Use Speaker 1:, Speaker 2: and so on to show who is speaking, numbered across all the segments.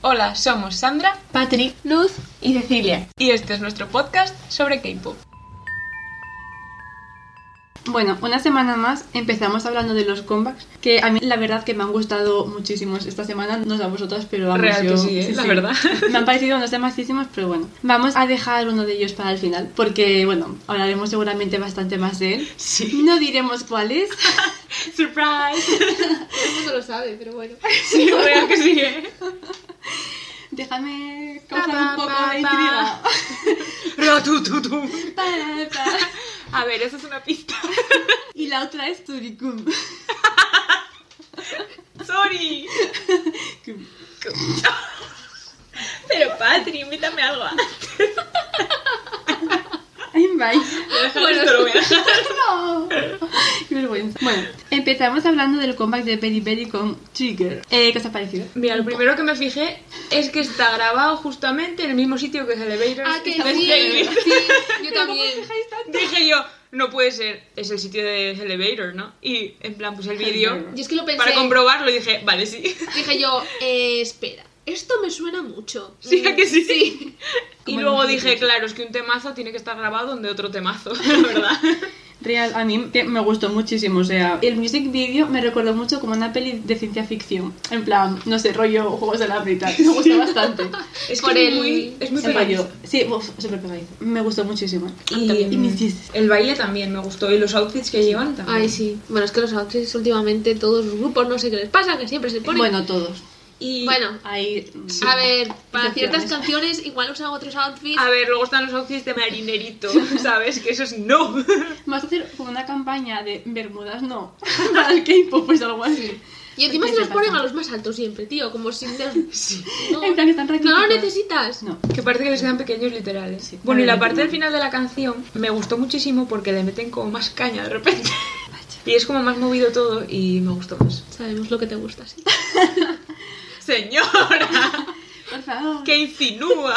Speaker 1: Hola, somos Sandra,
Speaker 2: Patrick, Luz y Cecilia.
Speaker 1: y este es nuestro podcast sobre K-pop.
Speaker 2: Bueno, una semana más empezamos hablando de los comebacks, que a mí la verdad que me han gustado muchísimos esta semana, no sé a vosotras, pero vamos
Speaker 1: Real
Speaker 2: yo...
Speaker 1: que sí, ¿eh? la verdad.
Speaker 2: Me han parecido unos demásísimos, pero bueno. Vamos a dejar uno de ellos para el final, porque bueno, hablaremos seguramente bastante más de él.
Speaker 1: Sí.
Speaker 2: No diremos cuál es.
Speaker 1: Surprise.
Speaker 3: Todo el mundo lo sabe, pero bueno.
Speaker 1: Sí, real que sí. ¿eh?
Speaker 2: Déjame
Speaker 1: Pa,
Speaker 2: causar
Speaker 1: pa,
Speaker 2: un poco
Speaker 1: pa,
Speaker 2: de
Speaker 1: pa.
Speaker 2: intriga.
Speaker 1: Ratututum.
Speaker 2: Pa, pa.
Speaker 1: A ver, esa es una pista.
Speaker 2: Y la otra es Turicum.
Speaker 1: Sorry. Pero Patri, invítame algo.
Speaker 2: Ay, bye.
Speaker 1: Bueno, esto lo voy a dejar.
Speaker 2: No. Qué vergüenza. Bueno, empezamos hablando del comeback de Peri Peri con Trigger. Eh, ¿Qué os ha parecido?
Speaker 1: Mira, lo primero que me fijé es que está grabado justamente en el mismo sitio que Elevators.
Speaker 3: Ah, que
Speaker 1: de
Speaker 3: sí,
Speaker 1: Playlist.
Speaker 3: sí, yo también.
Speaker 1: Dije yo, no puede ser, es el sitio de Elevator, ¿no? Y en plan puse el vídeo
Speaker 3: Yo es que lo pensé.
Speaker 1: para comprobarlo y dije, vale, sí.
Speaker 3: Dije yo, eh, espera, esto me suena mucho.
Speaker 1: Sí, ¿a que sí?
Speaker 3: Sí.
Speaker 1: Y
Speaker 2: Como
Speaker 1: luego
Speaker 2: no sé qué
Speaker 1: dije,
Speaker 2: es.
Speaker 1: claro, es que un temazo tiene que estar grabado donde otro temazo, la verdad.
Speaker 2: Real, a mí que me gustó muchísimo. O sea, el music video me recordó mucho como una peli de ciencia ficción. En plan, no sé, rollo Juegos de la Brita. Me gustó bastante.
Speaker 1: Es
Speaker 3: Por
Speaker 1: que es
Speaker 3: el-
Speaker 1: muy, es muy
Speaker 2: El rollo.
Speaker 1: pegadizo.
Speaker 2: Sí, uf, súper pegadizo. Me gustó muchísimo.
Speaker 1: Y,
Speaker 2: Y me hiciste.
Speaker 1: el baile también me gustó y los outfits que llevan también.
Speaker 3: Ay, sí. Bueno, es que los outfits últimamente, todos los grupos, no sé qué les pasa, que siempre se ponen.
Speaker 2: Bueno, todos.
Speaker 1: Y,
Speaker 3: Bueno,
Speaker 2: Ahí. mm,
Speaker 3: a ver, para
Speaker 2: Excepciones.
Speaker 3: ciertas canciones igual usan otros outfits.
Speaker 1: a ver, luego están los outfits de marinerito, ¿sabes? Que esos no.
Speaker 2: Vas a hacer como una campaña de Bermudas, no. Para el K-pop, pues algo así.
Speaker 3: Y encima
Speaker 2: ¿Qué
Speaker 3: se los
Speaker 2: te
Speaker 3: ponen
Speaker 2: pasa?
Speaker 3: a los más altos siempre, tío. Como si. No,
Speaker 1: Sí.
Speaker 2: En plan, están
Speaker 3: no lo
Speaker 2: raquíticos.
Speaker 3: necesitas.
Speaker 2: No.
Speaker 1: Que parece que les quedan pequeños literales.
Speaker 2: Sí.
Speaker 1: Bueno, y la
Speaker 2: Vale,
Speaker 1: parte del
Speaker 2: vale.
Speaker 1: final de la canción me gustó muchísimo porque le meten como más caña de repente. Y es como más movido todo y me gustó más.
Speaker 3: Sabemos lo que te gusta, sí.
Speaker 1: Señora,
Speaker 2: Por favor.
Speaker 1: que insinúa.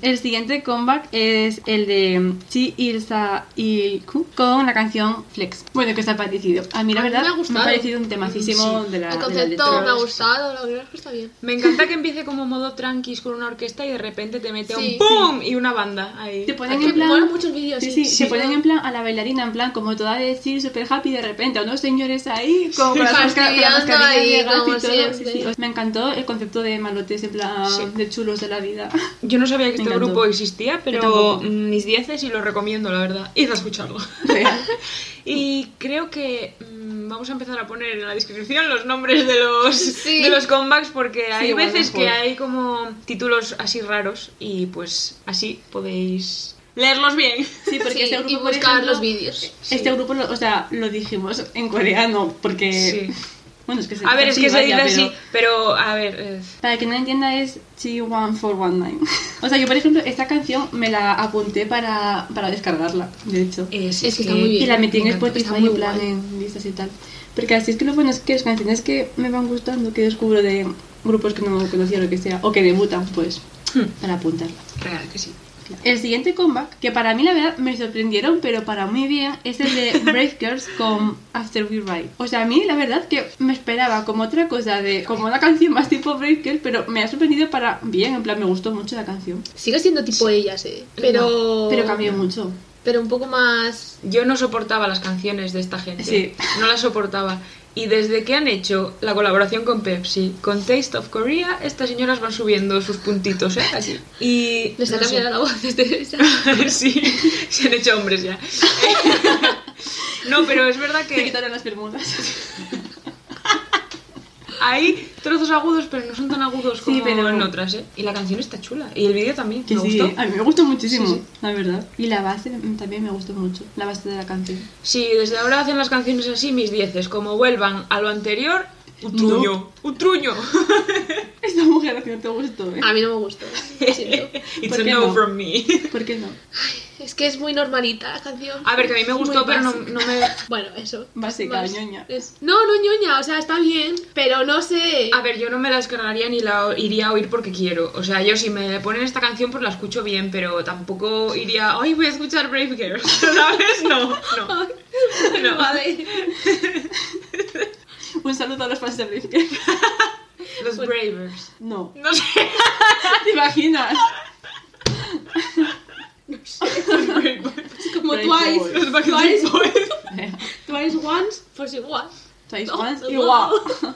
Speaker 2: El siguiente comeback es el de Chi, Ilsa y Ku con la canción Flex. Bueno, ¿qué os ha parecido? A mí la
Speaker 3: A mí
Speaker 2: verdad
Speaker 3: me ha gustado.
Speaker 2: parecido un temacísimo de la
Speaker 3: El
Speaker 2: de la
Speaker 3: concepto
Speaker 2: letra.
Speaker 3: me ha gustado, la verdad es que está bien.
Speaker 1: Me encanta que empiece como modo tranquis con una orquesta y de repente te mete
Speaker 3: Sí.
Speaker 1: un ¡pum! y una banda ahí.
Speaker 2: Te
Speaker 3: Es
Speaker 2: ponen
Speaker 3: que
Speaker 2: en plan...
Speaker 3: molan muchos vídeos.
Speaker 2: Sí, sí,
Speaker 1: sí,
Speaker 2: se ponen en plan a la bailarina, en plan como toda de decir super happy de repente, o unos señores ahí como con las masca- con las
Speaker 3: Fastidiando
Speaker 2: mascarillas
Speaker 3: ahí,
Speaker 2: de gas
Speaker 3: como
Speaker 2: y todo. Sí,
Speaker 3: siempre.
Speaker 2: sí. Me encantó el concepto de malotes en plan
Speaker 1: Sí.
Speaker 2: de chulos de la vida.
Speaker 1: Yo no sabía que
Speaker 2: Me
Speaker 1: este
Speaker 2: encantó.
Speaker 1: grupo existía, pero
Speaker 2: tampoco.
Speaker 1: mm, mis dieces y lo recomiendo, la verdad. Id a escucharlo.
Speaker 2: Real.
Speaker 1: Y creo que mm, vamos a empezar a poner en la descripción los nombres de los,
Speaker 3: Sí.
Speaker 1: de los comebacks porque hay
Speaker 2: igual
Speaker 1: veces
Speaker 2: mejor.
Speaker 1: que hay como títulos así raros y pues así podéis leerlos bien.
Speaker 2: Sí, porque
Speaker 3: Sí,
Speaker 2: este grupo,
Speaker 3: y
Speaker 2: por
Speaker 3: buscar
Speaker 2: ejemplo,
Speaker 3: los vídeos.
Speaker 2: Este grupo, lo- o sea, lo dijimos en coreano porque...
Speaker 1: Sí.
Speaker 2: Bueno, es que se
Speaker 1: A ver, es que se dice
Speaker 2: Eh, pues, vaya,
Speaker 1: así,
Speaker 2: pero
Speaker 1: pero a ver... eh,
Speaker 2: Para que no entienda es T1419. O sea, yo por ejemplo, esta canción me la apunté para, para descargarla, de hecho.
Speaker 1: Es,
Speaker 3: que está muy Eh, bien.
Speaker 2: Y la metí en
Speaker 3: me encanta, está
Speaker 2: Spotify
Speaker 3: muy
Speaker 2: en plan
Speaker 3: guay.
Speaker 2: en listas y tal. Porque así es que lo bueno es que las canciones que me van gustando, que descubro de grupos que no conocía, lo que sea, o que debutan, pues,
Speaker 1: hmm,
Speaker 2: para apuntarla.
Speaker 1: Real que sí.
Speaker 2: El siguiente comeback, que para mí la verdad me sorprendieron, pero para muy bien, es el de Brave Girls con After We Ride. O sea, a mí la verdad que me esperaba como otra cosa de, como una canción más tipo Brave Girls, pero me ha sorprendido para bien, en plan me gustó mucho la canción.
Speaker 3: Sigue siendo tipo ellas, eh. Pero.
Speaker 2: Pero
Speaker 1: Oh.
Speaker 2: cambió mucho.
Speaker 3: Pero un poco más.
Speaker 1: Yo no soportaba las canciones de esta gente.
Speaker 2: Sí.
Speaker 1: No las soportaba. Y desde que han hecho la colaboración con Pepsi, con Taste of Korea, estas señoras van subiendo sus puntitos, ¿eh? Así. Y...
Speaker 3: Les ha
Speaker 1: no sé.
Speaker 3: cambiado la voz desde esa.
Speaker 1: sí, se han hecho hombres ya. no, pero es verdad
Speaker 2: Se
Speaker 1: que
Speaker 2: quitaron las bermudas.
Speaker 1: hay trozos agudos, pero no son tan agudos como
Speaker 2: Sí, pero-
Speaker 1: en otras, ¿eh? Y la canción está chula. Y el vídeo también,
Speaker 2: Que
Speaker 1: me
Speaker 2: sí,
Speaker 1: gustó.
Speaker 2: a mí me gustó muchísimo,
Speaker 1: Sí, sí.
Speaker 2: la verdad. Y la base mm, también me gustó mucho, la base de la canción.
Speaker 1: Sí, desde ahora hacen las canciones así, mis dieces. Como vuelvan a lo anterior, un truño. Un truño.
Speaker 2: Esta mujer que no te gustó, ¿eh?
Speaker 3: A mí no me gustó. lo siento.
Speaker 1: It's
Speaker 2: ¿Por
Speaker 1: a
Speaker 2: qué
Speaker 1: no,
Speaker 2: no?
Speaker 1: from me.
Speaker 2: ¿Por qué no?
Speaker 3: Es que es muy normalita la canción.
Speaker 1: A ver, que a mí me
Speaker 3: Es
Speaker 1: gustó,
Speaker 3: muy
Speaker 1: pero no,
Speaker 3: básica.
Speaker 1: no me...
Speaker 3: Bueno, eso.
Speaker 2: Básica,
Speaker 3: Más-
Speaker 2: ñoña.
Speaker 3: es- No, no ñoña, o sea, está bien, pero no sé.
Speaker 1: A ver, yo no me la descargaría ni la o- iría a oír porque quiero. O sea, yo si me ponen esta canción, pues la escucho bien, pero tampoco iría, ay, voy a escuchar Brave Girls, ¿sabes? No, no. no.
Speaker 3: Vale.
Speaker 2: Un saludo a los fans de Brave Girls.
Speaker 1: Los Bravers.
Speaker 2: No.
Speaker 1: Pues No sé.
Speaker 2: ¿Te imaginas?
Speaker 1: Los Bravers.
Speaker 3: Es como
Speaker 2: Brave
Speaker 3: Twice.
Speaker 2: Boys.
Speaker 1: Los Backstreet Boys.
Speaker 3: Twice once, pues igual.
Speaker 2: Twice
Speaker 3: No,
Speaker 2: once
Speaker 3: no.
Speaker 2: y wow.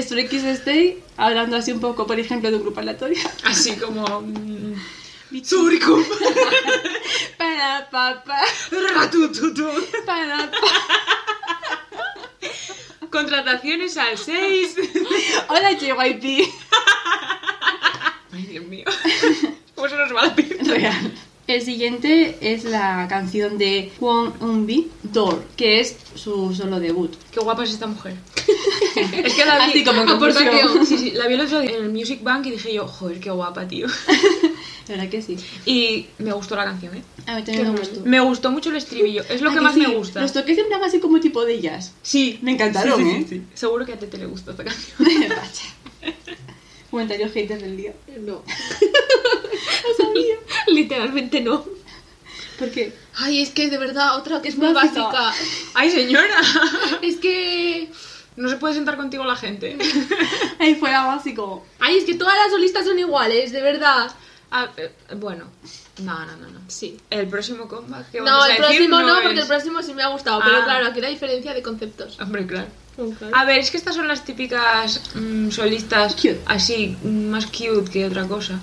Speaker 2: Stray Kids Stay, hablando así un poco, por ejemplo, de un grupo aleatorio.
Speaker 1: Así como. mm, Suricum.
Speaker 2: Para papá,
Speaker 1: Ratututu.
Speaker 2: para
Speaker 1: Contrataciones al 6.
Speaker 2: Hola JYP.
Speaker 1: Ay, Dios mío. ¿Cómo se nos va la pinta?
Speaker 2: Real. El siguiente es la canción de Kwon Unbi, Door, que es su solo debut.
Speaker 1: Qué guapa es esta mujer. es que la vi.
Speaker 2: Así como en
Speaker 1: aportación.
Speaker 2: conclusión.
Speaker 1: Sí, sí, la vi el otro día en el Music Bank y dije yo, joder, qué guapa, tío.
Speaker 2: La verdad que sí.
Speaker 1: Y me gustó la canción, ¿eh?
Speaker 2: A mí
Speaker 3: Qué
Speaker 2: también me
Speaker 3: mal.
Speaker 2: gustó.
Speaker 1: Me gustó mucho el estribillo. Es lo
Speaker 2: ¿A
Speaker 1: que más
Speaker 2: Ah, sí?
Speaker 1: me gusta.
Speaker 2: Los toques en plan así como tipo de ellas.
Speaker 1: Sí.
Speaker 2: Me encantaron,
Speaker 1: Sí, sí,
Speaker 2: ¿eh?
Speaker 1: sí, sí. Seguro que a Tete le gustó esta canción.
Speaker 2: Vaya. Comentario hater del día.
Speaker 3: No.
Speaker 2: No sabía.
Speaker 3: Literalmente no.
Speaker 2: ¿Por qué?
Speaker 3: Ay, es que de verdad, otra que es muy
Speaker 2: Básica.
Speaker 3: básica.
Speaker 1: ¡Ay, señora!
Speaker 3: Es que.
Speaker 1: No se puede sentar contigo la gente. ¿eh?
Speaker 2: Ahí fuera básico.
Speaker 3: Ay, es que todas las solistas son iguales, de verdad.
Speaker 1: Ah, eh, bueno, no, no, no, no.
Speaker 3: Sí.
Speaker 1: El próximo comeback que
Speaker 3: No,
Speaker 1: vamos a
Speaker 3: el
Speaker 1: decir
Speaker 3: próximo no, porque
Speaker 1: es-
Speaker 3: el próximo sí me ha gustado. Pero
Speaker 1: Ah.
Speaker 3: claro, aquí la diferencia de conceptos.
Speaker 1: Hombre, claro.
Speaker 3: Ah,
Speaker 1: A ver, es que estas son las típicas mm, solistas
Speaker 2: Cute.
Speaker 1: así, mm, más cute que otra cosa.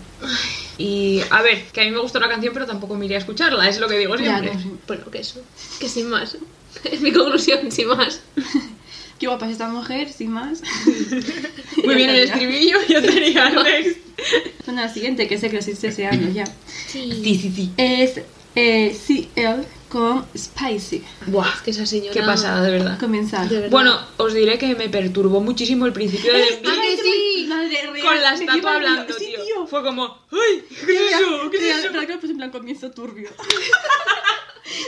Speaker 1: Y a ver, que a mí me gustó la canción, pero tampoco me iría a escucharla, es lo que digo
Speaker 2: Ya,
Speaker 1: siempre.
Speaker 2: no sé.
Speaker 3: Bueno, que eso. Que sin más. Es mi conclusión, sin más.
Speaker 2: Qué guapa es esta mujer, sin más.
Speaker 1: Muy bien el
Speaker 2: Ya estaría.
Speaker 1: estribillo, ya tenía Alex.
Speaker 2: Bueno, la siguiente, que sé que los 16 años ya.
Speaker 3: Sí.
Speaker 1: sí, sí.
Speaker 2: Es eh, CL con Spicy.
Speaker 1: Buah,
Speaker 3: Es que esa señora.
Speaker 1: qué pasada, de verdad.
Speaker 2: Comenzar.
Speaker 3: De verdad.
Speaker 1: Bueno, os diré que me perturbó muchísimo el principio del
Speaker 3: Ah,
Speaker 1: envío
Speaker 3: que sí.
Speaker 2: Madre real,
Speaker 1: con la
Speaker 2: me
Speaker 1: estatua
Speaker 2: lleva el-
Speaker 1: hablando,
Speaker 2: sí,
Speaker 1: tío.
Speaker 2: tío.
Speaker 1: Fue como, ¡ay! ¿Qué es eso? ¿Qué es
Speaker 2: Real,
Speaker 1: eso?
Speaker 2: real, pues en plan comienzo turbio.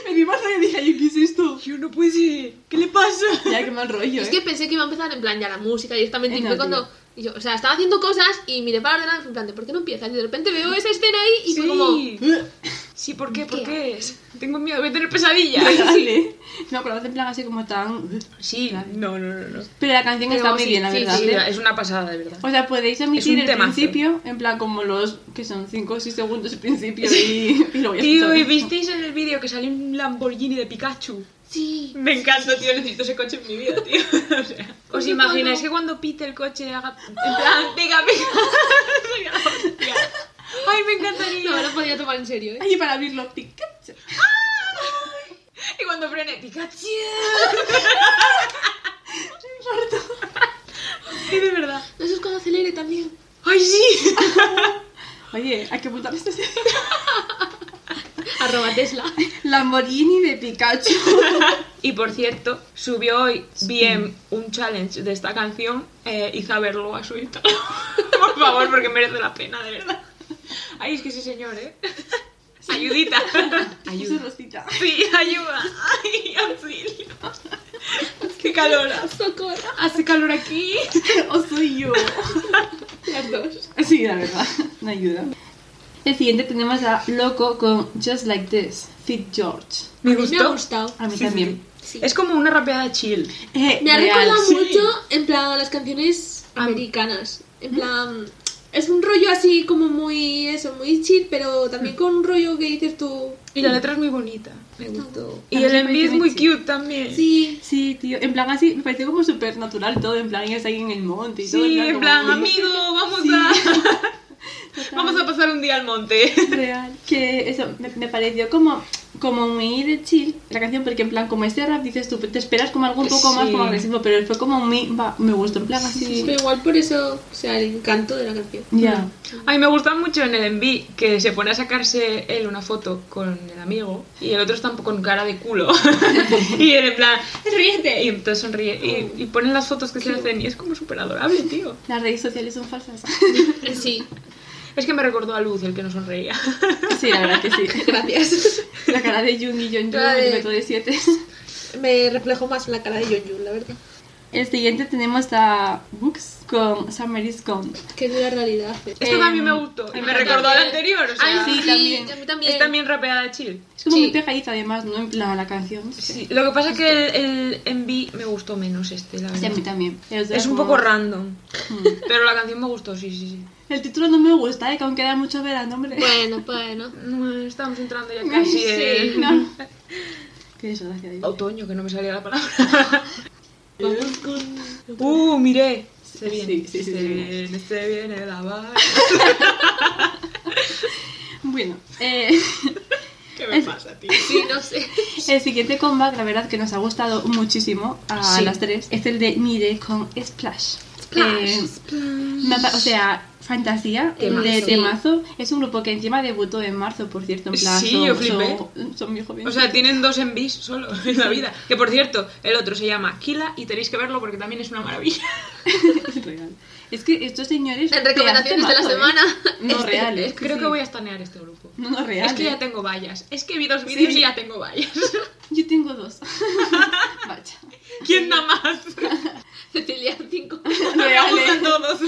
Speaker 2: me di más y dije, ay, ¿qué es esto?
Speaker 1: Yo no puede ser. ¿Qué le pasa?
Speaker 2: Ya, qué mal rollo,
Speaker 3: Es
Speaker 2: ¿eh?
Speaker 3: que pensé que iba a empezar en plan ya la música directamente y
Speaker 2: Eh, no,
Speaker 3: fue cuando
Speaker 2: tío.
Speaker 3: y yo, o sea, estaba haciendo cosas y miré para el ordenador en plan de ¿por qué no empieza? Y de repente veo esa escena ahí y fue como
Speaker 1: Sí.
Speaker 2: ¿eh?
Speaker 1: Sí, ¿por qué? ¿Por qué? Tengo miedo, voy a tener pesadillas.
Speaker 2: Dale. Me acuerdo en plan así como tan...
Speaker 1: Sí, no, no, no. no.
Speaker 2: Pero la canción
Speaker 3: Pero
Speaker 2: está muy
Speaker 3: sí,
Speaker 2: bien, la
Speaker 3: sí,
Speaker 2: verdad.
Speaker 1: Sí,
Speaker 2: ¿eh?
Speaker 1: es una pasada, de verdad.
Speaker 2: O sea, podéis
Speaker 1: Es un
Speaker 2: omitir el
Speaker 1: temazo.
Speaker 2: principio, en plan como los que son 5 o 6 segundos al principio y, y lo voy a
Speaker 1: Tío, ¿y
Speaker 2: escuchar.
Speaker 1: visteis en el vídeo que salió un Lamborghini de Pikachu?
Speaker 3: sí.
Speaker 1: Me encanta, tío, necesito ese coche en mi vida, tío. O sea, ¿Os
Speaker 3: Oye,
Speaker 1: imagináis
Speaker 3: cuando-
Speaker 1: que cuando pite el coche haga... En plan, pica, pica. Hostia. Ay, me encantaría.
Speaker 3: No me lo podía tomar en serio, ¿eh?
Speaker 2: Ay, para abrirlo, Pikachu.
Speaker 1: Y cuando frene, Pikachu. Sí, de verdad.
Speaker 3: No, Eso es cuando acelere también.
Speaker 1: ¡Ay, sí!
Speaker 2: Oye, hay que apuntar esto.
Speaker 3: Arroba Tesla.
Speaker 2: Lamborghini de Pikachu.
Speaker 1: Y por cierto, subió hoy bien un challenge de esta canción. Eh, hice verlo a su Instagram. por favor, porque merece la pena, de verdad. Ay, es que ese señor, ¿eh? Ayudita.
Speaker 2: Eso es Rosita.
Speaker 1: Sí, ayuda. Ay, auxilio. Qué calor.
Speaker 3: Socorro.
Speaker 1: Hace calor aquí.
Speaker 2: O soy yo.
Speaker 3: Las dos.
Speaker 2: Sí, la verdad. No ayuda. El siguiente tenemos a Loco con Just Like This, Fit George.
Speaker 1: Me
Speaker 3: A mí me ha gustado.
Speaker 2: A mí
Speaker 1: Sí,
Speaker 2: también.
Speaker 3: Sí.
Speaker 1: Es como una rapeada chill.
Speaker 2: Eh,
Speaker 3: Me ha
Speaker 2: real.
Speaker 3: recordado
Speaker 1: sí.
Speaker 3: mucho en plan a las canciones
Speaker 1: Ah.
Speaker 3: americanas. En plan es un rollo así como muy eso, muy chill, pero también con un rollo que dices tú.
Speaker 1: Y la letra es muy bonita. Me gustó. Y
Speaker 2: A mí
Speaker 1: el
Speaker 2: me
Speaker 1: envío es
Speaker 2: parece
Speaker 1: muy
Speaker 2: muy chill.
Speaker 1: cute también.
Speaker 3: Sí.
Speaker 2: Sí, tío. En plan así, me pareció como súper natural todo. En plan, ellos ahí en el monte y todo.
Speaker 1: Sí, en
Speaker 2: como
Speaker 1: plan,
Speaker 2: muy-
Speaker 1: amigo, vamos
Speaker 2: Sí.
Speaker 1: a...
Speaker 2: Total.
Speaker 1: Vamos a pasar un día al monte.
Speaker 2: Real. Que eso me, me pareció como, como muy de chill la canción, porque en plan, como este rap dices tú, te esperas como algo un poco más
Speaker 1: Sí.
Speaker 2: como agresivo, pero fue como muy. va, me gustó en plan así.
Speaker 3: Pero igual por eso, o sea, el encanto de la canción.
Speaker 2: Ya.
Speaker 1: A mí me gusta mucho en el enví que se pone a sacarse él una foto con el amigo y el otro está con cara de culo. y él en plan, ríete. Y entonces sonríe. Y, y ponen las fotos que se hacen y es como súper adorable, tío.
Speaker 2: Las redes sociales son falsas.
Speaker 3: Sí,
Speaker 1: Es que me recordó a Luz, el que no sonreía.
Speaker 2: sí, la verdad que sí.
Speaker 3: gracias.
Speaker 2: La cara de Jung y John Jung,
Speaker 3: Cara de-
Speaker 2: el método de siete.
Speaker 3: Me reflejo más en la cara de Yonju, la verdad.
Speaker 2: El siguiente tenemos a Books con Summer is Gone.
Speaker 3: Que es la realidad.
Speaker 1: Esto
Speaker 2: Em,
Speaker 1: también me gustó. Y
Speaker 2: a mí
Speaker 1: me recordó al
Speaker 3: Eh, también.
Speaker 1: anterior. O sea,
Speaker 3: Ay,
Speaker 2: sí,
Speaker 3: sí,
Speaker 2: también.
Speaker 3: a mí también.
Speaker 1: es también rapeada chill.
Speaker 2: Es como
Speaker 3: Sí.
Speaker 2: muy pegadiza además, ¿no? En plan, la canción.
Speaker 1: Sí, lo que pasa es que el, el MV me gustó menos este, la
Speaker 2: Sí, a
Speaker 1: verdad.
Speaker 2: mí también. Pero
Speaker 1: Es un
Speaker 2: como-
Speaker 1: poco random.
Speaker 2: Mm.
Speaker 1: Pero la canción me gustó, sí, sí, sí.
Speaker 2: El título no me gusta, ¿eh? que aún queda mucho verano, hombre.
Speaker 3: Bueno, bueno.
Speaker 1: No, estamos entrando ya casi
Speaker 2: Sí,
Speaker 1: en
Speaker 2: no. eh. Qué desgracia. Dios.
Speaker 1: otoño, que no me salía la palabra. uh, miré. Se
Speaker 2: Sí,
Speaker 1: viene,
Speaker 2: sí, sí,
Speaker 1: se
Speaker 2: sí.
Speaker 1: viene, se viene la barra.
Speaker 2: Bueno, eh,
Speaker 1: ¿Qué me pasa, tío?
Speaker 3: Sí, no sé.
Speaker 2: el siguiente comeback, la verdad que nos ha gustado muchísimo a
Speaker 1: Sí.
Speaker 2: las tres, es el de Mire con Splash. Eh, me ha pa- o sea, Fantasía,
Speaker 1: Temazo.
Speaker 2: de
Speaker 3: Sí.
Speaker 2: Temazo. Es un grupo que encima debutó en marzo, por cierto. En plan,
Speaker 1: Sí,
Speaker 2: son,
Speaker 1: yo flipé.
Speaker 2: Son, son muy jóvenes.
Speaker 1: O sea, tienen dos envis solo en la vida. Que por cierto, el otro se llama Kila y tenéis que verlo porque también es una maravilla.
Speaker 2: es real. Es que estos señores.
Speaker 3: En recomendaciones de la
Speaker 2: pedazo
Speaker 3: semana.
Speaker 2: temazos, ¿eh? No,
Speaker 3: Este,
Speaker 2: real. es
Speaker 1: Creo
Speaker 2: sí.
Speaker 1: que voy a estanear este grupo.
Speaker 2: No, no, real.
Speaker 1: Es que
Speaker 2: ¿eh?
Speaker 1: ya tengo vallas. Es que vi dos vídeos
Speaker 2: Sí.
Speaker 1: y ya tengo vallas.
Speaker 2: Yo tengo dos. Vaya.
Speaker 1: ¿Quién da más?
Speaker 3: Cecilia 5.
Speaker 1: Llegamos
Speaker 2: eh.
Speaker 1: a todos.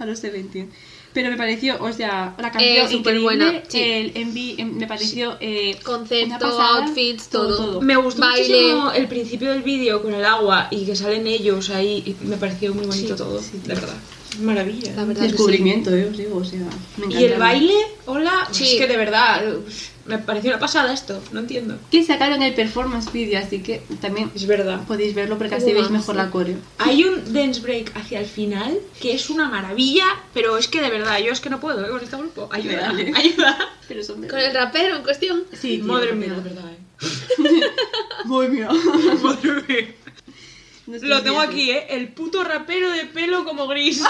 Speaker 2: A los 17. Pero me pareció, o sea, la canción
Speaker 3: Eh,
Speaker 2: increíble,
Speaker 3: superbuena, sí.
Speaker 2: el MV em, me pareció eh, una
Speaker 3: Concepto,
Speaker 2: pasada,
Speaker 3: outfits,
Speaker 2: todo,
Speaker 3: todo.
Speaker 2: todo.
Speaker 1: Me gustó
Speaker 3: Baile.
Speaker 1: muchísimo el principio del vídeo con el agua y que salen ellos ahí. y me pareció muy bonito
Speaker 2: Sí,
Speaker 1: todo,
Speaker 2: sí,
Speaker 1: de verdad. Maravilla.
Speaker 3: La verdad que
Speaker 2: Descubrimiento, eh, os digo, o sea, me encanta.
Speaker 1: Y el baile, hola, pues
Speaker 3: Sí.
Speaker 1: es que de verdad me pareció una pasada esto, no entiendo.
Speaker 2: Que sacaron el performance video, así que también
Speaker 1: Es verdad.
Speaker 2: podéis verlo porque
Speaker 3: Uah,
Speaker 2: así veis mejor
Speaker 3: sí.
Speaker 2: la coreo.
Speaker 1: Hay un dance break hacia el final que es una maravilla, pero es que de verdad, yo es que no puedo ¿eh? con este grupo. Ayuda,
Speaker 2: Real, ¿eh?
Speaker 1: ayuda.
Speaker 2: Pero son
Speaker 3: sí. Con el rapero en cuestión.
Speaker 2: Sí, tío,
Speaker 1: Madre
Speaker 2: de
Speaker 1: mía, de
Speaker 2: verdad.
Speaker 1: verdad, ¿eh?
Speaker 2: Madre mía.
Speaker 1: Madre mía.
Speaker 2: No sé
Speaker 1: Lo
Speaker 2: si
Speaker 1: tengo
Speaker 2: es-
Speaker 1: aquí, ¿eh? El puto rapero de pelo como gris.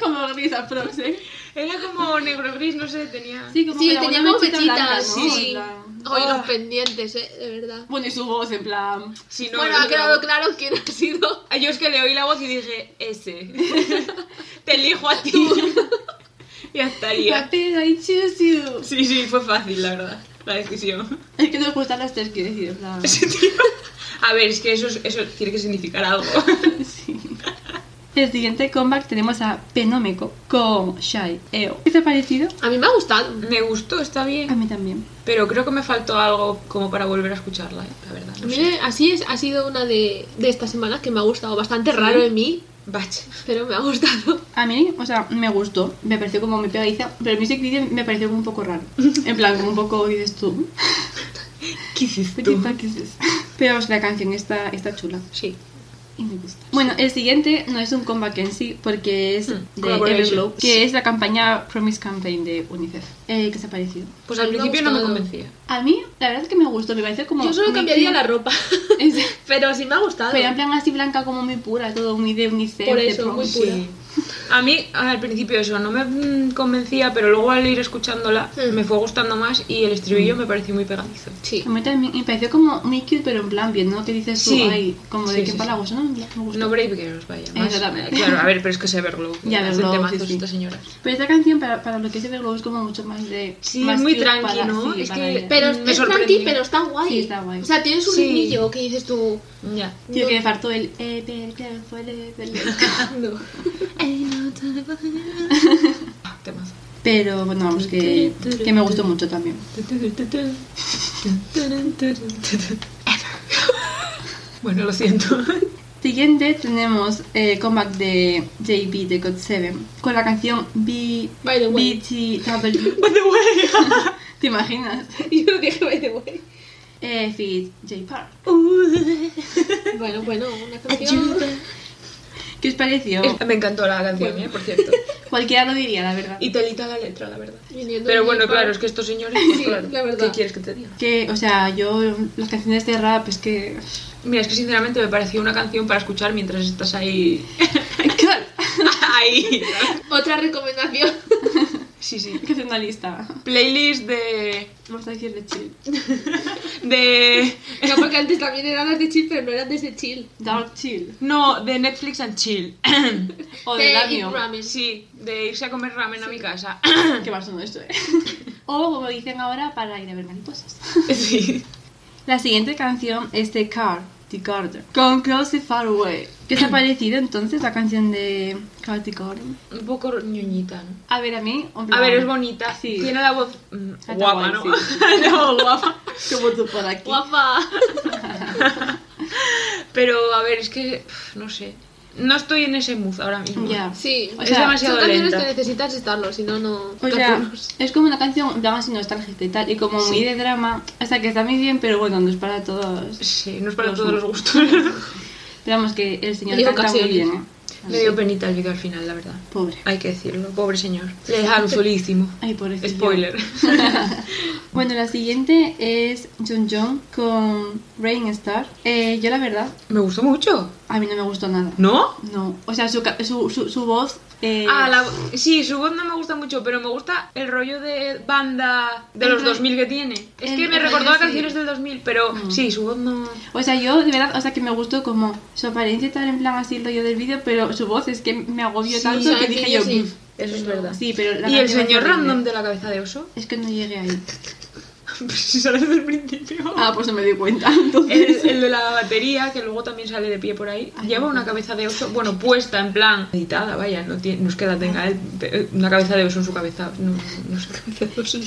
Speaker 2: Como risa pros, ¿eh?
Speaker 1: Era como negro gris, no sé, tenía.
Speaker 2: Sí, como
Speaker 3: Sí,
Speaker 2: con la-
Speaker 3: tenía
Speaker 2: una
Speaker 3: como
Speaker 2: mechita blanca,
Speaker 3: mechitas.
Speaker 2: ¿no?
Speaker 3: Sí.
Speaker 2: En plan-
Speaker 3: Hoy
Speaker 1: Ah.
Speaker 3: los pendientes, eh, de verdad.
Speaker 2: Bueno, y su voz, en plan...
Speaker 1: Si no,
Speaker 3: bueno,
Speaker 1: no
Speaker 3: ha
Speaker 1: lo grabo.
Speaker 3: quedado claro quién ha sido.
Speaker 1: Ah, Yo es que le oí la voz y dije, ese. Te elijo a ti. y hasta estaría.
Speaker 2: Rapero, I choose you.
Speaker 1: Sí, sí, fue fácil, la verdad, la decisión.
Speaker 2: Es que nos gustan las tres, quiero decir, en plan...
Speaker 1: A ver, es que eso, es- eso tiene que significar algo.
Speaker 2: Sí. El siguiente comeback tenemos a Penómeco con Shai Eo. ¿Qué te ha parecido?
Speaker 3: A mí me ha gustado.
Speaker 1: Me gustó, está
Speaker 2: A
Speaker 1: bien.
Speaker 2: mí también.
Speaker 1: Pero creo que me faltó algo como para volver a escucharla, eh, la verdad.
Speaker 3: A
Speaker 1: no
Speaker 3: mí
Speaker 1: sé.
Speaker 3: me- así es, ha sido una de, de estas semanas que me ha gustado. Bastante raro en mí,
Speaker 1: Bach.
Speaker 3: pero me ha gustado.
Speaker 2: A mí, o sea, me gustó, me pareció como muy pegadiza, pero el music video me pareció como un poco raro. En plan, como un poco dices tú.
Speaker 1: ¿Qué hiciste
Speaker 2: "What the fuck is this?". Pero o sea, la canción está, está chula
Speaker 1: Sí.
Speaker 2: y me gusta. Bueno, el siguiente no es un comeback en sí, porque es
Speaker 1: Hmm,
Speaker 2: de
Speaker 1: collaboration.
Speaker 2: Everglow, que
Speaker 1: Sí.
Speaker 2: es la campaña Promise Campaign de UNICEF. Eh, ¿Qué os ha parecido?
Speaker 1: Pues
Speaker 3: A
Speaker 1: al
Speaker 3: mí me ha
Speaker 1: principio no me
Speaker 3: gustado.
Speaker 1: convencía.
Speaker 2: A mí, la verdad es que me gustó, me pareció como...
Speaker 3: Yo solo
Speaker 2: muy
Speaker 3: cambiaría
Speaker 2: clean.
Speaker 3: la ropa.
Speaker 2: Es-
Speaker 3: Pero sí me ha gustado.
Speaker 2: Pero en plan así blanca como muy pura, todo muy de unicef.
Speaker 3: Por
Speaker 2: de
Speaker 3: eso,
Speaker 2: prom.
Speaker 3: muy pura.
Speaker 1: Sí. A mí al principio eso no me mm, convencía, pero luego al ir escuchándola
Speaker 3: Mm.
Speaker 1: me fue gustando más y el estribillo me pareció muy pegadizo.
Speaker 3: Sí.
Speaker 2: A mí también me pareció como muy cute, pero en plan bien, ¿no? Que dices tú,
Speaker 1: Sí.
Speaker 2: ay, como de
Speaker 1: Sí,
Speaker 2: qué
Speaker 1: sí,
Speaker 2: palabras, ¿no? En plan, Me gustó.
Speaker 1: No Brave Girls, vaya. Más. Eh,
Speaker 2: Exactamente.
Speaker 1: Claro, a ver, pero es que se Everglow.
Speaker 2: Ya,
Speaker 1: hacen
Speaker 2: Everglow,
Speaker 1: temazos
Speaker 2: sí, sí.
Speaker 1: estas señoras.
Speaker 2: Pero esta canción para, para lo que es Everglow es como mucho más de...
Speaker 1: Sí,
Speaker 2: más
Speaker 1: muy
Speaker 2: cute
Speaker 1: tranqui,
Speaker 2: para-
Speaker 1: ¿no?
Speaker 2: sí,
Speaker 1: Es
Speaker 2: para
Speaker 1: que-
Speaker 2: ella.
Speaker 3: Pero
Speaker 1: Me
Speaker 3: es
Speaker 1: sorprendió.
Speaker 3: tranqui, pero está guay.
Speaker 2: Sí, está guay.
Speaker 3: O sea, tienes un
Speaker 1: Sí.
Speaker 3: ritmillo que dices tú.
Speaker 1: Ya.
Speaker 2: Tío,
Speaker 3: no-
Speaker 2: que le faltó el... eh, pel, pel, pel, pel, pel.
Speaker 3: No.
Speaker 1: Ah, temazo.
Speaker 2: Pero bueno, vamos, que, que me gustó mucho también.
Speaker 1: Bueno, lo siento.
Speaker 2: Siguiente tenemos eh, comeback de JB de God 7 con la canción B...
Speaker 3: By the way.
Speaker 2: BTW.
Speaker 1: By the way.
Speaker 2: ¿Te imaginas?
Speaker 3: Yo lo dije, by the way.
Speaker 2: Eh, Fit J Park.
Speaker 3: Bueno, bueno, una canción.
Speaker 1: Ayuda.
Speaker 2: ¿Qué os pareció?
Speaker 1: Me encantó la canción, ¿eh? por cierto.
Speaker 2: Cualquiera lo diría, la verdad.
Speaker 1: Y telita la letra, la verdad.
Speaker 3: Viniendo
Speaker 1: Pero
Speaker 3: de
Speaker 1: bueno,
Speaker 3: J-Park.
Speaker 1: claro, es que estos señores. pues,
Speaker 3: Sí,
Speaker 1: claro,
Speaker 3: la verdad.
Speaker 1: ¿Qué quieres que te diga?
Speaker 2: Que, o sea, yo las canciones de rap es que...
Speaker 1: Mira, es que sinceramente me pareció una canción para escuchar mientras estás ahí. ahí.
Speaker 3: Otra recomendación.
Speaker 1: Sí,
Speaker 2: Hay
Speaker 1: sí.
Speaker 2: que hacer una lista.
Speaker 1: Playlist de.
Speaker 2: Vamos a decirle chill.
Speaker 1: de.
Speaker 3: No, porque antes también eran las de chill, pero no eran de ese chill.
Speaker 2: Dark chill.
Speaker 1: No, de Netflix and Chill.
Speaker 2: O de
Speaker 3: Eat
Speaker 2: labio.
Speaker 3: Eh, Ramen.
Speaker 1: Sí, de irse a comer ramen a mi casa.
Speaker 2: Qué mal son esto, eh. O, como dicen ahora, para ir a ver mariposas.
Speaker 1: sí.
Speaker 2: La siguiente canción es de Car Katy Carter con Close and Far Away. ¿Qué te ha parecido entonces la canción de Katy Carter?
Speaker 1: Un poco ñoñita, ¿no?
Speaker 2: A ver, a mí. en
Speaker 1: A
Speaker 2: plan-
Speaker 1: ver, es bonita.
Speaker 2: Sí.
Speaker 1: Tiene la voz mm,
Speaker 2: Está
Speaker 1: guapa,
Speaker 2: guay,
Speaker 1: ¿no?
Speaker 2: sí.
Speaker 1: No, guapa.
Speaker 2: Como tú por aquí.
Speaker 3: Guapa.
Speaker 1: Pero, a ver, es que, pf, no sé. No estoy en ese mood ahora mismo.
Speaker 2: Ya.
Speaker 3: Sí.
Speaker 2: O
Speaker 1: Es
Speaker 2: sea,
Speaker 1: demasiado
Speaker 3: Son canciones
Speaker 1: lenta.
Speaker 3: que necesitas estarlo, si no, no.
Speaker 2: O sea,
Speaker 3: canciones.
Speaker 2: es como una canción en plan así nostálgica y tal, y como muy
Speaker 1: Sí.
Speaker 2: de drama, o sea que está muy bien, pero bueno, no es para todos.
Speaker 1: Sí, no es para
Speaker 2: Los
Speaker 1: todos los gustos.
Speaker 2: Esperamos que el señor
Speaker 3: Hay
Speaker 2: canta muy
Speaker 3: ocasiones.
Speaker 2: bien, ¿eh?
Speaker 1: Me dio penita el vídeo al final, la verdad.
Speaker 2: Pobre.
Speaker 1: Hay que decirlo, pobre señor. Le dejaron solísimo.
Speaker 2: Ay, pobrecillo.
Speaker 1: Spoiler.
Speaker 2: Bueno, la siguiente es Jung Jung con Rain Star. Eh, yo la verdad,
Speaker 1: Me gustó mucho.
Speaker 2: a mí no me gustó nada.
Speaker 1: ¿No?
Speaker 2: No, o sea, su, ca- su, su, su voz... eh,
Speaker 1: Ah, la, sí, su voz no me gusta mucho, pero me gusta el rollo de banda de
Speaker 2: El
Speaker 1: los
Speaker 2: rollo-
Speaker 1: 2000 que tiene. Es
Speaker 2: el-
Speaker 1: que me
Speaker 2: el
Speaker 1: recordó
Speaker 2: rollo,
Speaker 1: a
Speaker 2: sí.
Speaker 1: canciones del 2000, pero
Speaker 2: Mm.
Speaker 1: sí, su voz no...
Speaker 2: O sea, yo de verdad, o sea, que me gustó como su apariencia y tal, en plan así el rollo del vídeo, pero su voz es que me agobió
Speaker 1: Sí,
Speaker 2: tanto
Speaker 3: al
Speaker 2: que dije
Speaker 3: principio
Speaker 2: yo...
Speaker 3: sí.
Speaker 2: "Buf".
Speaker 1: Eso es
Speaker 3: Pero-
Speaker 1: verdad.
Speaker 2: Sí, pero la
Speaker 1: ¿Y el
Speaker 2: canción es
Speaker 1: señor
Speaker 2: horrible.
Speaker 1: random de la cabeza de oso? pues,
Speaker 2: Es que no llegué ahí.
Speaker 1: si sale desde el principio.
Speaker 2: Ah, pues no me di cuenta.
Speaker 1: El,
Speaker 2: Entonces.
Speaker 1: el de la batería, que luego también sale de pie por ahí,
Speaker 2: Ay,
Speaker 1: lleva
Speaker 2: no.
Speaker 1: una cabeza de oso, bueno, puesta en plan, editada, vaya, no, tiene, no es que la tenga él, pe- una cabeza de oso en su cabeza, no, no sé,